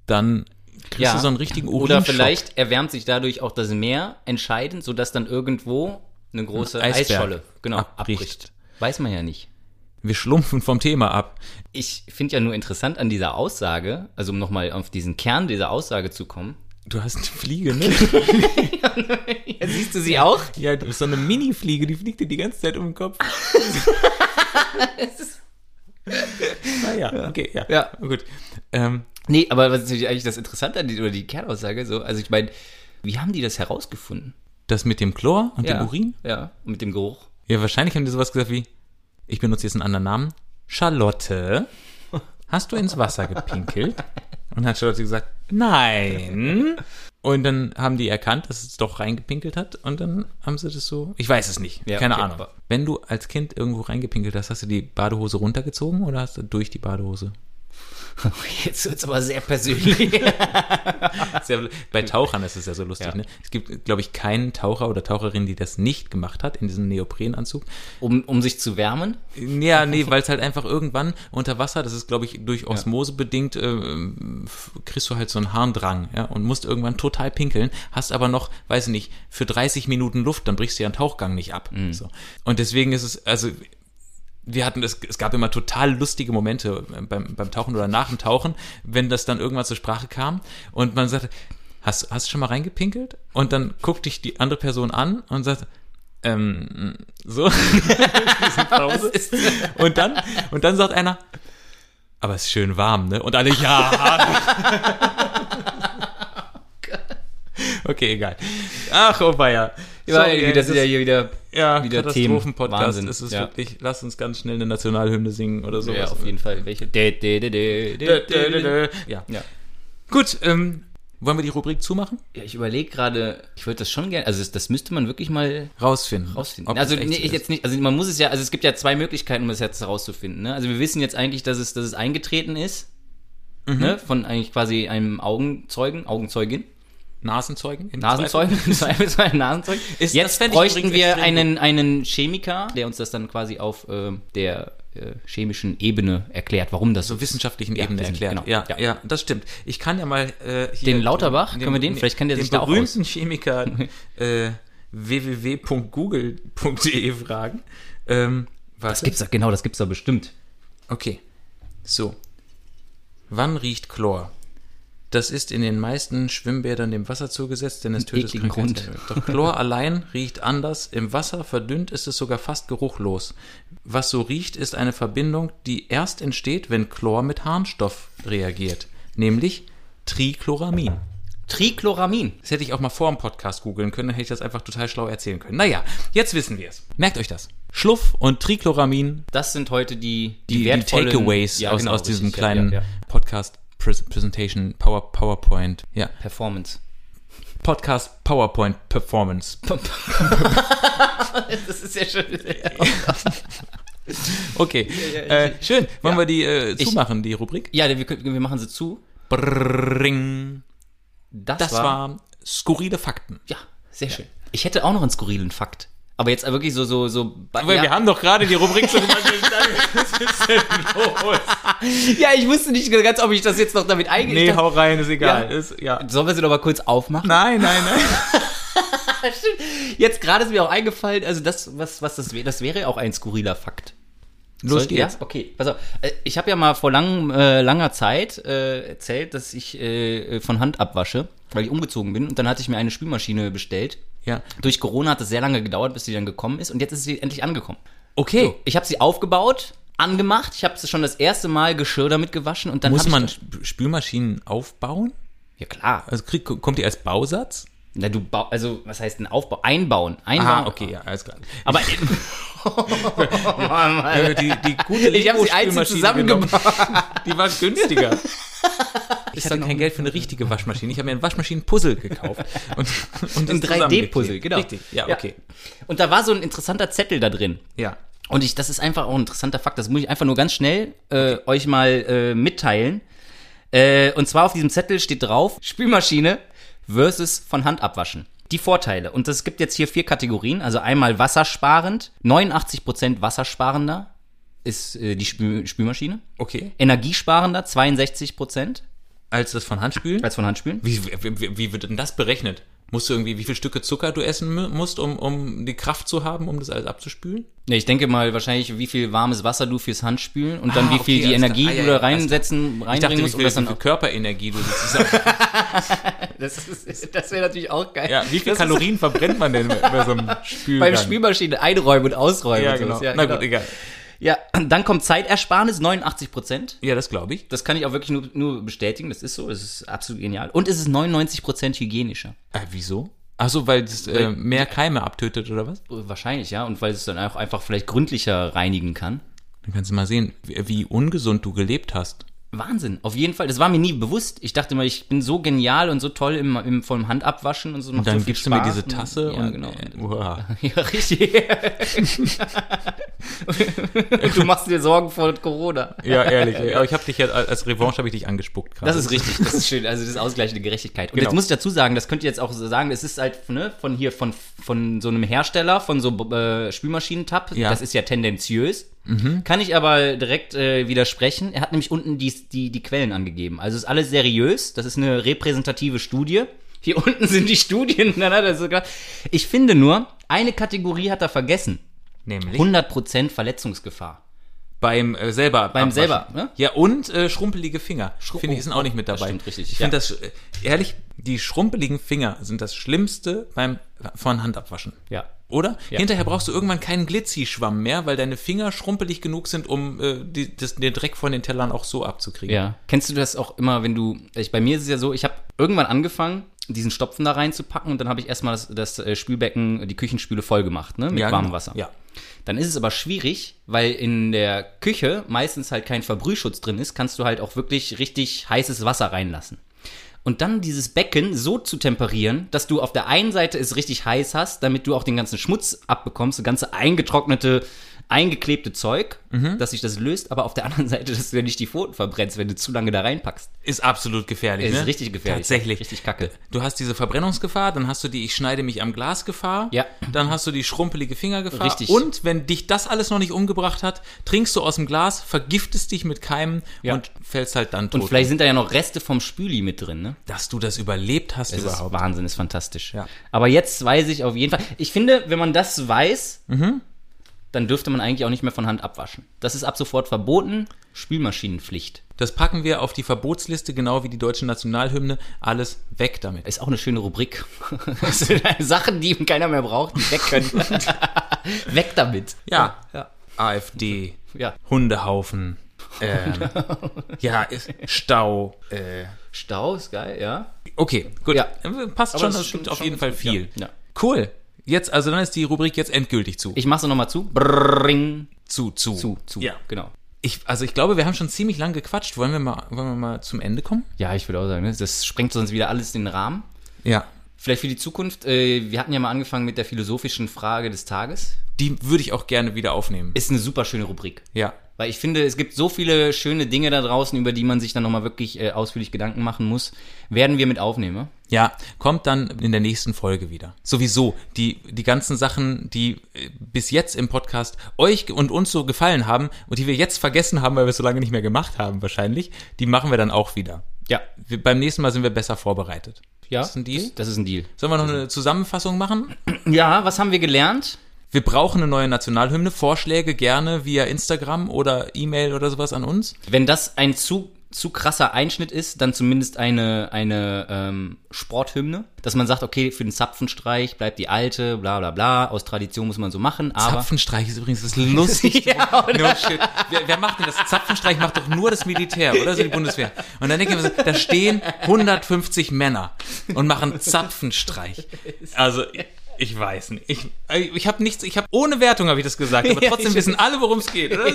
[SPEAKER 1] dann kriegst
[SPEAKER 2] Mhm. Ja.
[SPEAKER 1] du so einen richtigen Urin.
[SPEAKER 2] Oder vielleicht erwärmt sich dadurch auch das Meer entscheidend, sodass dann irgendwo eine große
[SPEAKER 1] Ein Eisberg
[SPEAKER 2] Eisscholle genau,
[SPEAKER 1] abbricht.
[SPEAKER 2] abbricht. Weiß man ja nicht.
[SPEAKER 1] Wir schlumpfen vom Thema ab.
[SPEAKER 2] Ich finde ja nur interessant an dieser Aussage, also um nochmal auf diesen Kern dieser Aussage zu kommen.
[SPEAKER 1] Du hast eine Fliege, ne?
[SPEAKER 2] Ja, siehst du sie auch?
[SPEAKER 1] ja, du bist so eine Mini-Fliege, die fliegt dir die ganze Zeit um den Kopf. naja, okay, Ah ja.
[SPEAKER 2] Ja.
[SPEAKER 1] Gut. Ähm,
[SPEAKER 2] Nee, aber was ist natürlich eigentlich das Interessante an die, oder die Kernaussage so? Also ich meine, wie haben die das herausgefunden?
[SPEAKER 1] das mit dem Chlor und
[SPEAKER 2] Ja.
[SPEAKER 1] dem Urin?
[SPEAKER 2] Ja, und mit dem Geruch.
[SPEAKER 1] Ja, wahrscheinlich haben die sowas gesagt wie, ich benutze jetzt einen anderen Namen. Charlotte, hast du ins Wasser gepinkelt? Und dann hat Charlotte gesagt, nein. Und dann haben die erkannt, dass es doch reingepinkelt hat. Und dann haben sie das so, ich weiß es nicht,
[SPEAKER 2] Ja,
[SPEAKER 1] keine
[SPEAKER 2] okay.
[SPEAKER 1] Ahnung. Wenn du als Kind irgendwo reingepinkelt hast, hast du die Badehose runtergezogen oder hast du durch die Badehose?
[SPEAKER 2] Jetzt wird's aber sehr persönlich.
[SPEAKER 1] Sehr, bei Tauchern ist es ja so lustig,
[SPEAKER 2] Ja.
[SPEAKER 1] ne? Es gibt, glaube ich, keinen Taucher oder Taucherin, die das nicht gemacht hat, in diesem Neoprenanzug.
[SPEAKER 2] Um, um sich zu wärmen?
[SPEAKER 1] Ja, nee, weil es halt einfach irgendwann unter Wasser, das ist, glaube ich, durch Osmose bedingt, ähm, f- kriegst du halt so einen Harndrang, ja, und musst irgendwann total pinkeln, hast aber noch, weiß ich nicht, für 30 Minuten Luft, dann brichst du ja einen Tauchgang nicht ab. So. Und deswegen ist es, also wir hatten das, es gab immer total lustige Momente äh, beim, beim Tauchen oder nach dem Tauchen, wenn das dann irgendwann zur Sprache kam und man sagte, hast, hast du schon mal reingepinkelt? Und dann guckt dich die andere Person an und sagt, ähm, so, Diese Pause. und dann, und dann sagt einer, aber es ist schön warm, ne? Und alle, ja. okay, egal. Ach, oh weia. Sorry, ey, das-
[SPEAKER 2] hier wieder,
[SPEAKER 1] ja,
[SPEAKER 2] wieder
[SPEAKER 1] Katastrophenpodcast.
[SPEAKER 2] Themen.
[SPEAKER 1] Es ist
[SPEAKER 2] Ja.
[SPEAKER 1] wirklich, lass uns ganz schnell eine Nationalhymne singen oder sowas.
[SPEAKER 2] Ja, auf jeden Fall. Welche? Dä, dä, dä, dä, dä, dä, dä, dä.
[SPEAKER 1] Fall. Ja.
[SPEAKER 2] Ja.
[SPEAKER 1] Gut, ähm, wollen wir die Rubrik zumachen?
[SPEAKER 2] Ja, ich überlege gerade, ich würde das schon gerne, also das, das müsste man wirklich mal
[SPEAKER 1] Rausfinden.
[SPEAKER 2] rausfinden.
[SPEAKER 1] Ob
[SPEAKER 2] also
[SPEAKER 1] das echt
[SPEAKER 2] nee,
[SPEAKER 1] so
[SPEAKER 2] ich
[SPEAKER 1] ist.
[SPEAKER 2] jetzt nicht, also man muss es ja, also es gibt ja zwei Möglichkeiten, um das jetzt herauszufinden. Ne? Also wir wissen jetzt eigentlich, dass es, dass es eingetreten ist,
[SPEAKER 1] Mhm.
[SPEAKER 2] ne? von eigentlich quasi einem Augenzeugen, Augenzeugin,
[SPEAKER 1] Nasenzeugen? im
[SPEAKER 2] Nasenzeugen, im Zweifelsfall ein Nasenzeugen.
[SPEAKER 1] Ist- das
[SPEAKER 2] jetzt
[SPEAKER 1] fänd ich
[SPEAKER 2] bräuchten
[SPEAKER 1] übrigens
[SPEAKER 2] wir
[SPEAKER 1] extrem
[SPEAKER 2] einen, einen Chemiker, der uns das dann quasi auf ähm, der äh, chemischen Ebene erklärt, warum das so
[SPEAKER 1] Zweifel? wissenschaftlichen
[SPEAKER 2] Ja,
[SPEAKER 1] Ebene
[SPEAKER 2] wissen-
[SPEAKER 1] erklärt.
[SPEAKER 2] genau.
[SPEAKER 1] Ja,
[SPEAKER 2] Ja.
[SPEAKER 1] ja, das stimmt. Ich kann ja mal äh, hier
[SPEAKER 2] Den Lauterbach, können wir den? Vielleicht kennt er
[SPEAKER 1] den
[SPEAKER 2] sich da auch
[SPEAKER 1] berühmten Chemiker äh, www.google.de E fragen. Ähm,
[SPEAKER 2] Das
[SPEAKER 1] was
[SPEAKER 2] gibt's doch, genau, das gibt's doch bestimmt.
[SPEAKER 1] Okay. So. Wann riecht Chlor? Das ist in den meisten Schwimmbädern dem Wasser zugesetzt, denn es tötet
[SPEAKER 2] ekligen Grund.
[SPEAKER 1] Krankheitserreger. Doch Chlor allein riecht anders. Im Wasser verdünnt ist es sogar fast geruchlos. Was so riecht, ist eine Verbindung, die erst entsteht, wenn Chlor mit Harnstoff reagiert, nämlich Trichloramin.
[SPEAKER 2] Trichloramin.
[SPEAKER 1] Das hätte ich auch mal vor dem Podcast googeln können, dann hätte ich das einfach total schlau erzählen können. Naja, jetzt wissen wir es. Merkt euch das. Schluff und Trichloramin
[SPEAKER 2] Das sind heute die,
[SPEAKER 1] die, die
[SPEAKER 2] wertvollen-
[SPEAKER 1] Takeaways
[SPEAKER 2] Ja,
[SPEAKER 1] aus,
[SPEAKER 2] genau,
[SPEAKER 1] aus diesem
[SPEAKER 2] richtig, ja,
[SPEAKER 1] kleinen
[SPEAKER 2] ja, ja.
[SPEAKER 1] Podcast Pres- Presentation Power, PowerPoint. Ja.
[SPEAKER 2] Performance.
[SPEAKER 1] Podcast PowerPoint Performance.
[SPEAKER 2] Das ist sehr schön.
[SPEAKER 1] Okay. Äh, schön. Wollen wir die äh,
[SPEAKER 2] Ich-
[SPEAKER 1] zumachen, die Rubrik?
[SPEAKER 2] Ja, wir, können- wir machen sie zu.
[SPEAKER 1] Brrring.
[SPEAKER 2] Das,
[SPEAKER 1] Das
[SPEAKER 2] war,
[SPEAKER 1] war skurrile Fakten.
[SPEAKER 2] Ja, sehr schön. Ich hätte auch noch einen skurrilen Fakt. Aber jetzt wirklich so, so, so. ja.
[SPEAKER 1] haben doch gerade die Rubrik zu gemacht.
[SPEAKER 2] ja, ich wusste nicht ganz, ob ich das jetzt noch damit
[SPEAKER 1] nee,
[SPEAKER 2] eingehe.
[SPEAKER 1] hau rein, ist egal.
[SPEAKER 2] Ja.
[SPEAKER 1] Ist, ja.
[SPEAKER 2] Sollen wir sie doch mal kurz aufmachen?
[SPEAKER 1] Nein, nein, nein.
[SPEAKER 2] Jetzt gerade ist mir auch eingefallen, also das, was, was das wäre, das wäre auch ein skurriler Fakt.
[SPEAKER 1] Los
[SPEAKER 2] Soll-
[SPEAKER 1] geht's.
[SPEAKER 2] Ja, okay. Pass auf. Äh, Ich habe ja mal vor lang, äh, langer Zeit äh, erzählt, dass ich äh, von Hand abwasche, weil ich umgezogen bin. Und dann hatte ich mir eine Spülmaschine bestellt.
[SPEAKER 1] Ja.
[SPEAKER 2] Durch Corona hat es sehr lange gedauert, bis die dann gekommen ist. Und jetzt ist sie endlich angekommen.
[SPEAKER 1] Okay.
[SPEAKER 2] So, ich habe sie aufgebaut, angemacht. Ich habe sie schon das erste Mal Geschirr damit gewaschen. Und dann hab
[SPEAKER 1] Muss
[SPEAKER 2] ich
[SPEAKER 1] man
[SPEAKER 2] dann-
[SPEAKER 1] Sp- Spülmaschinen aufbauen?
[SPEAKER 2] Ja, klar.
[SPEAKER 1] Also krieg, kommt die als Bausatz?
[SPEAKER 2] Na, du bau, also, was heißt ein Aufbau? Einbauen. Einbauen.
[SPEAKER 1] Ah, okay, ja, alles klar.
[SPEAKER 2] Aber
[SPEAKER 1] Äh, die, die gute
[SPEAKER 2] Ich hab sie einzeln
[SPEAKER 1] Lego-Spülmaschine
[SPEAKER 2] zusammengebaut.
[SPEAKER 1] genommen. Die war günstiger. Ich hatte
[SPEAKER 2] noch
[SPEAKER 1] kein Geld für eine richtige Waschmaschine. Ich habe mir ein Waschmaschinenpuzzle gekauft. Und, und
[SPEAKER 2] ein
[SPEAKER 1] das
[SPEAKER 2] 3D-Puzzle,
[SPEAKER 1] zusammengeklebt.
[SPEAKER 2] genau.
[SPEAKER 1] Richtig, ja, okay.
[SPEAKER 2] Und da war so ein interessanter Zettel da drin.
[SPEAKER 1] Ja.
[SPEAKER 2] Und ich, das ist einfach auch ein interessanter Fakt, das muss ich einfach nur ganz schnell äh, euch mal äh, mitteilen. Äh, und zwar auf diesem Zettel steht drauf, Spülmaschine versus von Hand abwaschen. Die Vorteile. Und es gibt jetzt hier vier Kategorien. Also einmal wassersparend, 89% wassersparender ist äh, die Spül Spülmaschine.
[SPEAKER 1] Okay.
[SPEAKER 2] Energiesparender, 62%
[SPEAKER 1] Als das von Hand spülen?
[SPEAKER 2] als von Hand spülen.
[SPEAKER 1] Wie, wie, wie- wie wird denn das berechnet? Musst du irgendwie, wie viele Stücke Zucker du essen mu- musst, um, um die Kraft zu haben, um das alles abzuspülen?
[SPEAKER 2] Ja, ich denke mal wahrscheinlich, wie viel warmes Wasser du fürs Handspülen und dann
[SPEAKER 1] Ah,
[SPEAKER 2] wie viel
[SPEAKER 1] okay,
[SPEAKER 2] die
[SPEAKER 1] alles klar.
[SPEAKER 2] Energie
[SPEAKER 1] Ah, ja,
[SPEAKER 2] du da
[SPEAKER 1] ja, alles
[SPEAKER 2] reinsetzen,
[SPEAKER 1] Ich dachte,
[SPEAKER 2] reinbringen
[SPEAKER 1] wie
[SPEAKER 2] musst, um
[SPEAKER 1] viel,
[SPEAKER 2] das
[SPEAKER 1] wie
[SPEAKER 2] dann
[SPEAKER 1] viel Körperenergie du sozusagen.
[SPEAKER 2] Das, ist- das wäre natürlich auch geil.
[SPEAKER 1] Ja, wie viel
[SPEAKER 2] Das ist-
[SPEAKER 1] Kalorien verbrennt man denn bei so einem Spülgang?
[SPEAKER 2] Beim Spülmaschine einräumen und ausräumen.
[SPEAKER 1] Ja,
[SPEAKER 2] und sowas.
[SPEAKER 1] genau.
[SPEAKER 2] Ja,
[SPEAKER 1] Na
[SPEAKER 2] genau.
[SPEAKER 1] gut, egal.
[SPEAKER 2] ja, dann kommt Zeitersparnis, 89 Prozent.
[SPEAKER 1] Ja, das glaube ich.
[SPEAKER 2] Das kann ich auch wirklich nur, nur bestätigen. Das ist so. Das ist absolut genial. Und es ist 99 Prozent hygienischer.
[SPEAKER 1] Äh, wieso? Ach so, weil das äh, mehr Keime abtötet oder was?
[SPEAKER 2] Wahrscheinlich, ja. Und weil es dann auch einfach vielleicht gründlicher reinigen kann.
[SPEAKER 1] Dann kannst du mal sehen, wie, wie ungesund du gelebt hast.
[SPEAKER 2] Wahnsinn. Auf jeden Fall. Das war mir nie bewusst. Ich dachte mal, ich bin so genial und so toll im, im vom Handabwaschen und so. macht
[SPEAKER 1] Und dann
[SPEAKER 2] so viel genau.
[SPEAKER 1] gibst du mir
[SPEAKER 2] Spaß
[SPEAKER 1] diese Tasse
[SPEAKER 2] und, ja,
[SPEAKER 1] und,
[SPEAKER 2] genau.
[SPEAKER 1] äh, uah.
[SPEAKER 2] ja, richtig. Und du machst dir Sorgen vor Corona.
[SPEAKER 1] Ja, ehrlich. ey. Aber ich habe dich ja als Revanche habe ich dich angespuckt gerade.
[SPEAKER 2] Das ist richtig, das ist schön. Also das ist ausgleichende Gerechtigkeit. Und
[SPEAKER 1] Genau.
[SPEAKER 2] jetzt muss ich dazu sagen, das könnt ihr jetzt auch so sagen, es ist halt ne, von hier, von, von so einem Hersteller, von so äh, Spülmaschinentab,
[SPEAKER 1] Ja. Mhm.
[SPEAKER 2] das ist ja tendenziös. Kann ich aber direkt äh, widersprechen. Er hat nämlich unten die, die, die Quellen angegeben. Also ist alles seriös, das ist eine repräsentative Studie. Hier unten sind die Studien. Na, na, das ist sogar. Ich finde nur, eine Kategorie hat er vergessen.
[SPEAKER 1] nämlich
[SPEAKER 2] 100% Verletzungsgefahr.
[SPEAKER 1] beim äh, selber
[SPEAKER 2] Beim
[SPEAKER 1] abwaschen.
[SPEAKER 2] selber, ne? oh,
[SPEAKER 1] Ja, und äh, schrumpelige Finger. finde ich sind auch nicht mit dabei.
[SPEAKER 2] stimmt, richtig,
[SPEAKER 1] Ich
[SPEAKER 2] ja.
[SPEAKER 1] finde das äh, ehrlich, die schrumpeligen Finger sind das schlimmste beim von Hand abwaschen.
[SPEAKER 2] Ja.
[SPEAKER 1] Oder?
[SPEAKER 2] Ja.
[SPEAKER 1] Hinterher brauchst du irgendwann keinen Glitzi-Schwamm mehr, weil deine Finger schrumpelig genug sind, um äh, die, das, den Dreck von den Tellern auch so abzukriegen.
[SPEAKER 2] Ja. Kennst du das auch immer, wenn du. Ich, bei mir ist es ja so, ich habe irgendwann angefangen, diesen Stopfen da reinzupacken und dann habe ich erstmal das, das äh, Spülbecken, die Küchenspüle voll gemacht, ne? Mit
[SPEAKER 1] Ja,
[SPEAKER 2] warmem
[SPEAKER 1] genau.
[SPEAKER 2] Wasser.
[SPEAKER 1] Ja.
[SPEAKER 2] Dann ist es aber schwierig, weil in der Küche meistens halt kein Verbrühschutz drin ist, kannst du halt auch wirklich richtig heißes Wasser reinlassen. Und dann dieses Becken so zu temperieren, dass du auf der einen Seite es richtig heiß hast, damit du auch den ganzen Schmutz abbekommst, das ganze eingetrocknete, eingeklebte Zeug, dass sich das löst, aber auf der anderen Seite, dass du ja nicht die Pfoten verbrennst, wenn du zu lange da reinpackst.
[SPEAKER 1] Ist absolut gefährlich.
[SPEAKER 2] Es
[SPEAKER 1] ne?
[SPEAKER 2] ist richtig gefährlich.
[SPEAKER 1] Tatsächlich.
[SPEAKER 2] Richtig kacke.
[SPEAKER 1] Du hast diese Verbrennungsgefahr, dann hast du die Ich schneide mich am Glas Gefahr,
[SPEAKER 2] Ja.
[SPEAKER 1] dann hast du die schrumpelige Fingergefahr.
[SPEAKER 2] Richtig.
[SPEAKER 1] Und wenn dich das alles noch nicht umgebracht hat, trinkst du aus dem Glas, vergiftest dich mit Keimen
[SPEAKER 2] Ja.
[SPEAKER 1] und fällst halt dann tot.
[SPEAKER 2] Und vielleicht sind da ja noch Reste vom Spüli mit drin, ne?
[SPEAKER 1] dass du das überlebt hast
[SPEAKER 2] Es
[SPEAKER 1] überhaupt.
[SPEAKER 2] ist Wahnsinn, ist fantastisch.
[SPEAKER 1] Ja.
[SPEAKER 2] Aber jetzt weiß ich auf jeden Fall. Ich finde, wenn man das weiß,
[SPEAKER 1] Mhm.
[SPEAKER 2] dann dürfte man eigentlich auch nicht mehr von Hand abwaschen. Das ist ab sofort verboten. Spülmaschinenpflicht.
[SPEAKER 1] Das packen wir auf die Verbotsliste, genau wie die deutsche Nationalhymne. Alles weg damit.
[SPEAKER 2] Ist auch eine schöne Rubrik. Das sind Sachen, die keiner mehr braucht, die weg können. weg damit.
[SPEAKER 1] Ja.
[SPEAKER 2] Ja.
[SPEAKER 1] AfD,
[SPEAKER 2] Ja.
[SPEAKER 1] Hundehaufen, ähm, ja, ist- Stau. Äh,
[SPEAKER 2] Stau ist geil, ja.
[SPEAKER 1] Okay, gut.
[SPEAKER 2] Ja.
[SPEAKER 1] Äh, Passt
[SPEAKER 2] Aber
[SPEAKER 1] schon,
[SPEAKER 2] das
[SPEAKER 1] das
[SPEAKER 2] ist
[SPEAKER 1] stimmt
[SPEAKER 2] schon-
[SPEAKER 1] auf
[SPEAKER 2] schon
[SPEAKER 1] jeden Fall
[SPEAKER 2] ganz gut,
[SPEAKER 1] viel.
[SPEAKER 2] ja. Ja.
[SPEAKER 1] Cool. Jetzt, also dann ist die Rubrik jetzt endgültig zu.
[SPEAKER 2] Ich mach's noch mal zu. Brrring.
[SPEAKER 1] zu, zu.
[SPEAKER 2] Zu, zu.
[SPEAKER 1] Ja.
[SPEAKER 2] Genau.
[SPEAKER 1] Ich, also ich glaube, wir haben schon ziemlich lang gequatscht. Wollen wir mal, wollen wir mal zum Ende kommen?
[SPEAKER 2] Ja, ich würde auch sagen, ne, das sprengt sonst wieder alles den Rahmen.
[SPEAKER 1] Ja.
[SPEAKER 2] Vielleicht für die Zukunft. Äh, wir hatten ja mal angefangen mit der philosophischen Frage des Tages.
[SPEAKER 1] Die würde ich auch gerne wieder aufnehmen.
[SPEAKER 2] Ist eine super schöne Rubrik.
[SPEAKER 1] Ja.
[SPEAKER 2] Weil ich finde, es gibt so viele schöne Dinge da draußen, über die man sich dann nochmal wirklich äh, ausführlich Gedanken machen muss. Werden wir mit aufnehmen? ne?
[SPEAKER 1] Ja, kommt dann in der nächsten Folge wieder. Sowieso, die, die ganzen Sachen, die äh, bis jetzt im Podcast euch und uns so gefallen haben und die wir jetzt vergessen haben, weil wir es so lange nicht mehr gemacht haben wahrscheinlich, die machen wir dann auch wieder.
[SPEAKER 2] Ja.
[SPEAKER 1] Wir, beim nächsten Mal sind wir besser vorbereitet.
[SPEAKER 2] Ja.
[SPEAKER 1] Ist das ein Deal?
[SPEAKER 2] Das ist ein Deal.
[SPEAKER 1] Sollen wir noch eine Zusammenfassung machen?
[SPEAKER 2] Ja, was haben wir gelernt?
[SPEAKER 1] Wir brauchen eine neue Nationalhymne. Vorschläge gerne via Instagram oder E-Mail oder sowas an uns.
[SPEAKER 2] Wenn das ein zu, zu krasser Einschnitt ist, dann zumindest eine, eine ähm, Sporthymne. Dass man sagt, okay, für den Zapfenstreich bleibt die alte, bla bla bla. Aus Tradition muss man so machen, aber.
[SPEAKER 1] Zapfenstreich ist übrigens das lustigste.
[SPEAKER 2] Ja, oder?
[SPEAKER 1] no shit. Wer, wer macht denn das? Zapfenstreich macht doch nur das Militär, oder? So die Bundeswehr. Und dann denke ich mir so, da stehen 150 Männer und machen Zapfenstreich. Also, ich weiß nicht. Ich, ich habe nichts, ich habe ohne Wertung habe ich das gesagt, aber
[SPEAKER 2] Ja,
[SPEAKER 1] trotzdem
[SPEAKER 2] ich-
[SPEAKER 1] wissen alle, worum es geht, oder?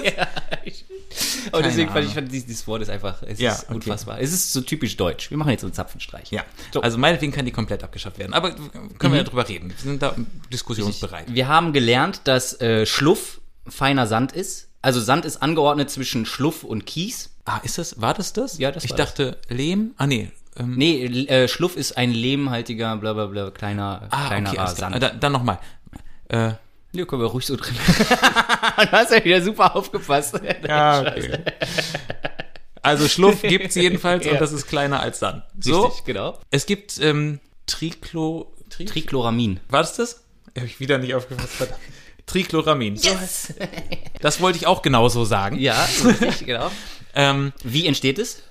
[SPEAKER 2] Und deswegen fand
[SPEAKER 1] Ahnung.
[SPEAKER 2] ich, fand dieses, dieses Wort ist einfach, es
[SPEAKER 1] Ja,
[SPEAKER 2] ist
[SPEAKER 1] okay.
[SPEAKER 2] unfassbar. Es ist so typisch deutsch. Wir machen jetzt so einen Zapfenstreich.
[SPEAKER 1] Ja. Mhm.
[SPEAKER 2] So.
[SPEAKER 1] Also meinetwegen kann die komplett abgeschafft werden. Aber können wir ja drüber reden. Wir sind da diskussionsbereit.
[SPEAKER 2] Wir haben gelernt, dass äh, Schluff feiner Sand ist. Also Sand ist angeordnet zwischen Schluff und Kies.
[SPEAKER 1] Ah, ist das, war das das?
[SPEAKER 2] Ja, das
[SPEAKER 1] Ich
[SPEAKER 2] war
[SPEAKER 1] dachte, Lehm? Ah, nee. Ähm,
[SPEAKER 2] Nee, äh, Schluff ist ein lehmhaltiger, bla bla bla, kleiner,
[SPEAKER 1] ah,
[SPEAKER 2] kleiner
[SPEAKER 1] okay, alles klar.
[SPEAKER 2] Sand.
[SPEAKER 1] Da, dann nochmal. Äh,
[SPEAKER 2] Nee, können wir ruhig so drin. du hast ja wieder super aufgepasst.
[SPEAKER 1] ja, Ah, okay. Also Schluff gibt's jedenfalls und
[SPEAKER 2] Ja.
[SPEAKER 1] das ist kleiner als Sand. So,
[SPEAKER 2] Richtig, genau.
[SPEAKER 1] es gibt ähm, Triclo... Tri
[SPEAKER 2] Trichloramin.
[SPEAKER 1] war das das? Hab ich wieder nicht aufgepasst. verdammt. Tricloramin. Yes. Das wollte ich auch genauso sagen.
[SPEAKER 2] Ja, richtig, genau.
[SPEAKER 1] Ähm,
[SPEAKER 2] Wie entsteht es?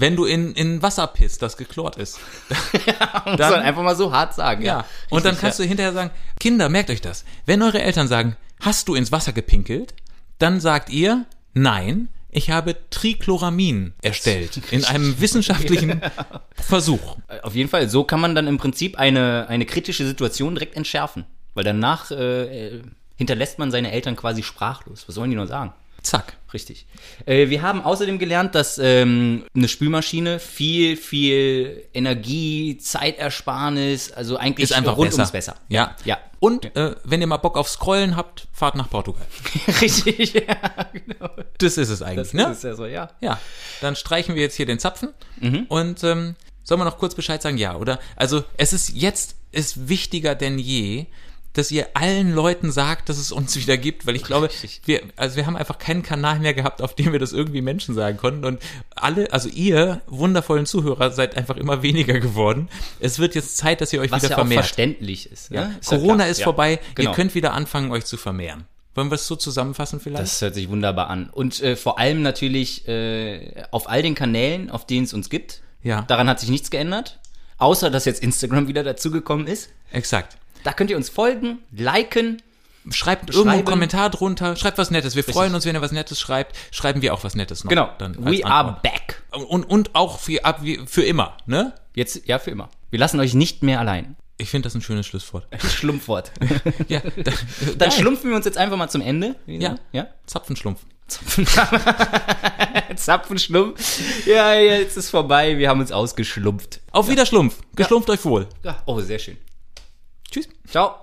[SPEAKER 1] wenn du in, in Wasser pisst, das geklort ist.
[SPEAKER 2] Muss man
[SPEAKER 1] dann,
[SPEAKER 2] einfach mal so hart sagen.
[SPEAKER 1] Ja. Und dann kannst du hinterher sagen, Kinder, merkt euch das. Wenn eure Eltern sagen, hast du ins Wasser gepinkelt, dann sagt ihr, nein, ich habe Trichloramin erstellt in einem wissenschaftlichen Versuch.
[SPEAKER 2] Auf jeden Fall, so kann man dann im Prinzip eine, eine kritische Situation direkt entschärfen. Weil danach äh, äh, hinterlässt man seine Eltern quasi sprachlos. Was sollen die noch sagen? Zack, richtig. Äh, wir haben außerdem gelernt, dass ähm, eine Spülmaschine viel, viel Energie, Zeitersparnis, also eigentlich
[SPEAKER 1] Ist einfach
[SPEAKER 2] rundums
[SPEAKER 1] besser.
[SPEAKER 2] besser.
[SPEAKER 1] Ja.
[SPEAKER 2] Ja.
[SPEAKER 1] Und äh, wenn ihr mal Bock auf Scrollen habt, fahrt nach Portugal.
[SPEAKER 2] richtig, ja, genau.
[SPEAKER 1] Das ist es eigentlich,
[SPEAKER 2] Das
[SPEAKER 1] ne?
[SPEAKER 2] ist ja so, ja.
[SPEAKER 1] Ja, dann streichen wir jetzt hier den Zapfen
[SPEAKER 2] Mhm.
[SPEAKER 1] und ähm, sollen wir noch kurz Bescheid sagen, ja, oder? Also es ist jetzt ist wichtiger denn je, dass ihr allen Leuten sagt, dass es uns wieder gibt, weil ich glaube,
[SPEAKER 2] Richtig.
[SPEAKER 1] wir, also wir haben einfach keinen Kanal mehr gehabt, auf dem wir das irgendwie Menschen sagen konnten und alle, also ihr wundervollen Zuhörer seid einfach immer weniger geworden. Es wird jetzt Zeit, dass ihr euch
[SPEAKER 2] Was
[SPEAKER 1] wieder
[SPEAKER 2] ja auch
[SPEAKER 1] vermehrt.
[SPEAKER 2] verständlich ist. Ne? Ist ja
[SPEAKER 1] Corona
[SPEAKER 2] klar.
[SPEAKER 1] ist
[SPEAKER 2] Ja.
[SPEAKER 1] vorbei,
[SPEAKER 2] Genau.
[SPEAKER 1] ihr könnt wieder anfangen, euch zu vermehren. Wollen wir es so zusammenfassen vielleicht?
[SPEAKER 2] Das hört sich wunderbar an. Und äh, vor allem natürlich äh, auf all den Kanälen, auf denen es uns gibt.
[SPEAKER 1] Ja.
[SPEAKER 2] Daran hat sich nichts geändert. Außer, dass jetzt Instagram wieder dazugekommen ist.
[SPEAKER 1] Exakt.
[SPEAKER 2] Da könnt ihr uns folgen, liken.
[SPEAKER 1] Schreibt irgendwo einen
[SPEAKER 2] Schreiben.
[SPEAKER 1] Kommentar drunter, schreibt was Nettes. Wir freuen uns, wenn ihr was Nettes schreibt. Schreiben wir auch was Nettes noch.
[SPEAKER 2] Genau.
[SPEAKER 1] Dann als
[SPEAKER 2] We are
[SPEAKER 1] Antwort.
[SPEAKER 2] back.
[SPEAKER 1] Und, und auch für, ab, wie- für immer, ne?
[SPEAKER 2] Jetzt, ja, für immer. Wir lassen euch nicht mehr allein.
[SPEAKER 1] Ich finde das ein schönes Schlusswort.
[SPEAKER 2] Schlumpfwort.
[SPEAKER 1] Ja, da,
[SPEAKER 2] Dann schlumpfen wir uns jetzt einfach mal zum Ende.
[SPEAKER 1] Ja.
[SPEAKER 2] Ja?
[SPEAKER 1] Zapfenschlumpf.
[SPEAKER 2] Zapfenschlumpf. Ja, jetzt ist vorbei. Wir haben uns ausgeschlumpft.
[SPEAKER 1] Auf wieder Schlumpf. Geschlumpft euch wohl.
[SPEAKER 2] Ja. Oh, sehr schön.
[SPEAKER 1] Tschüss.
[SPEAKER 2] Ciao.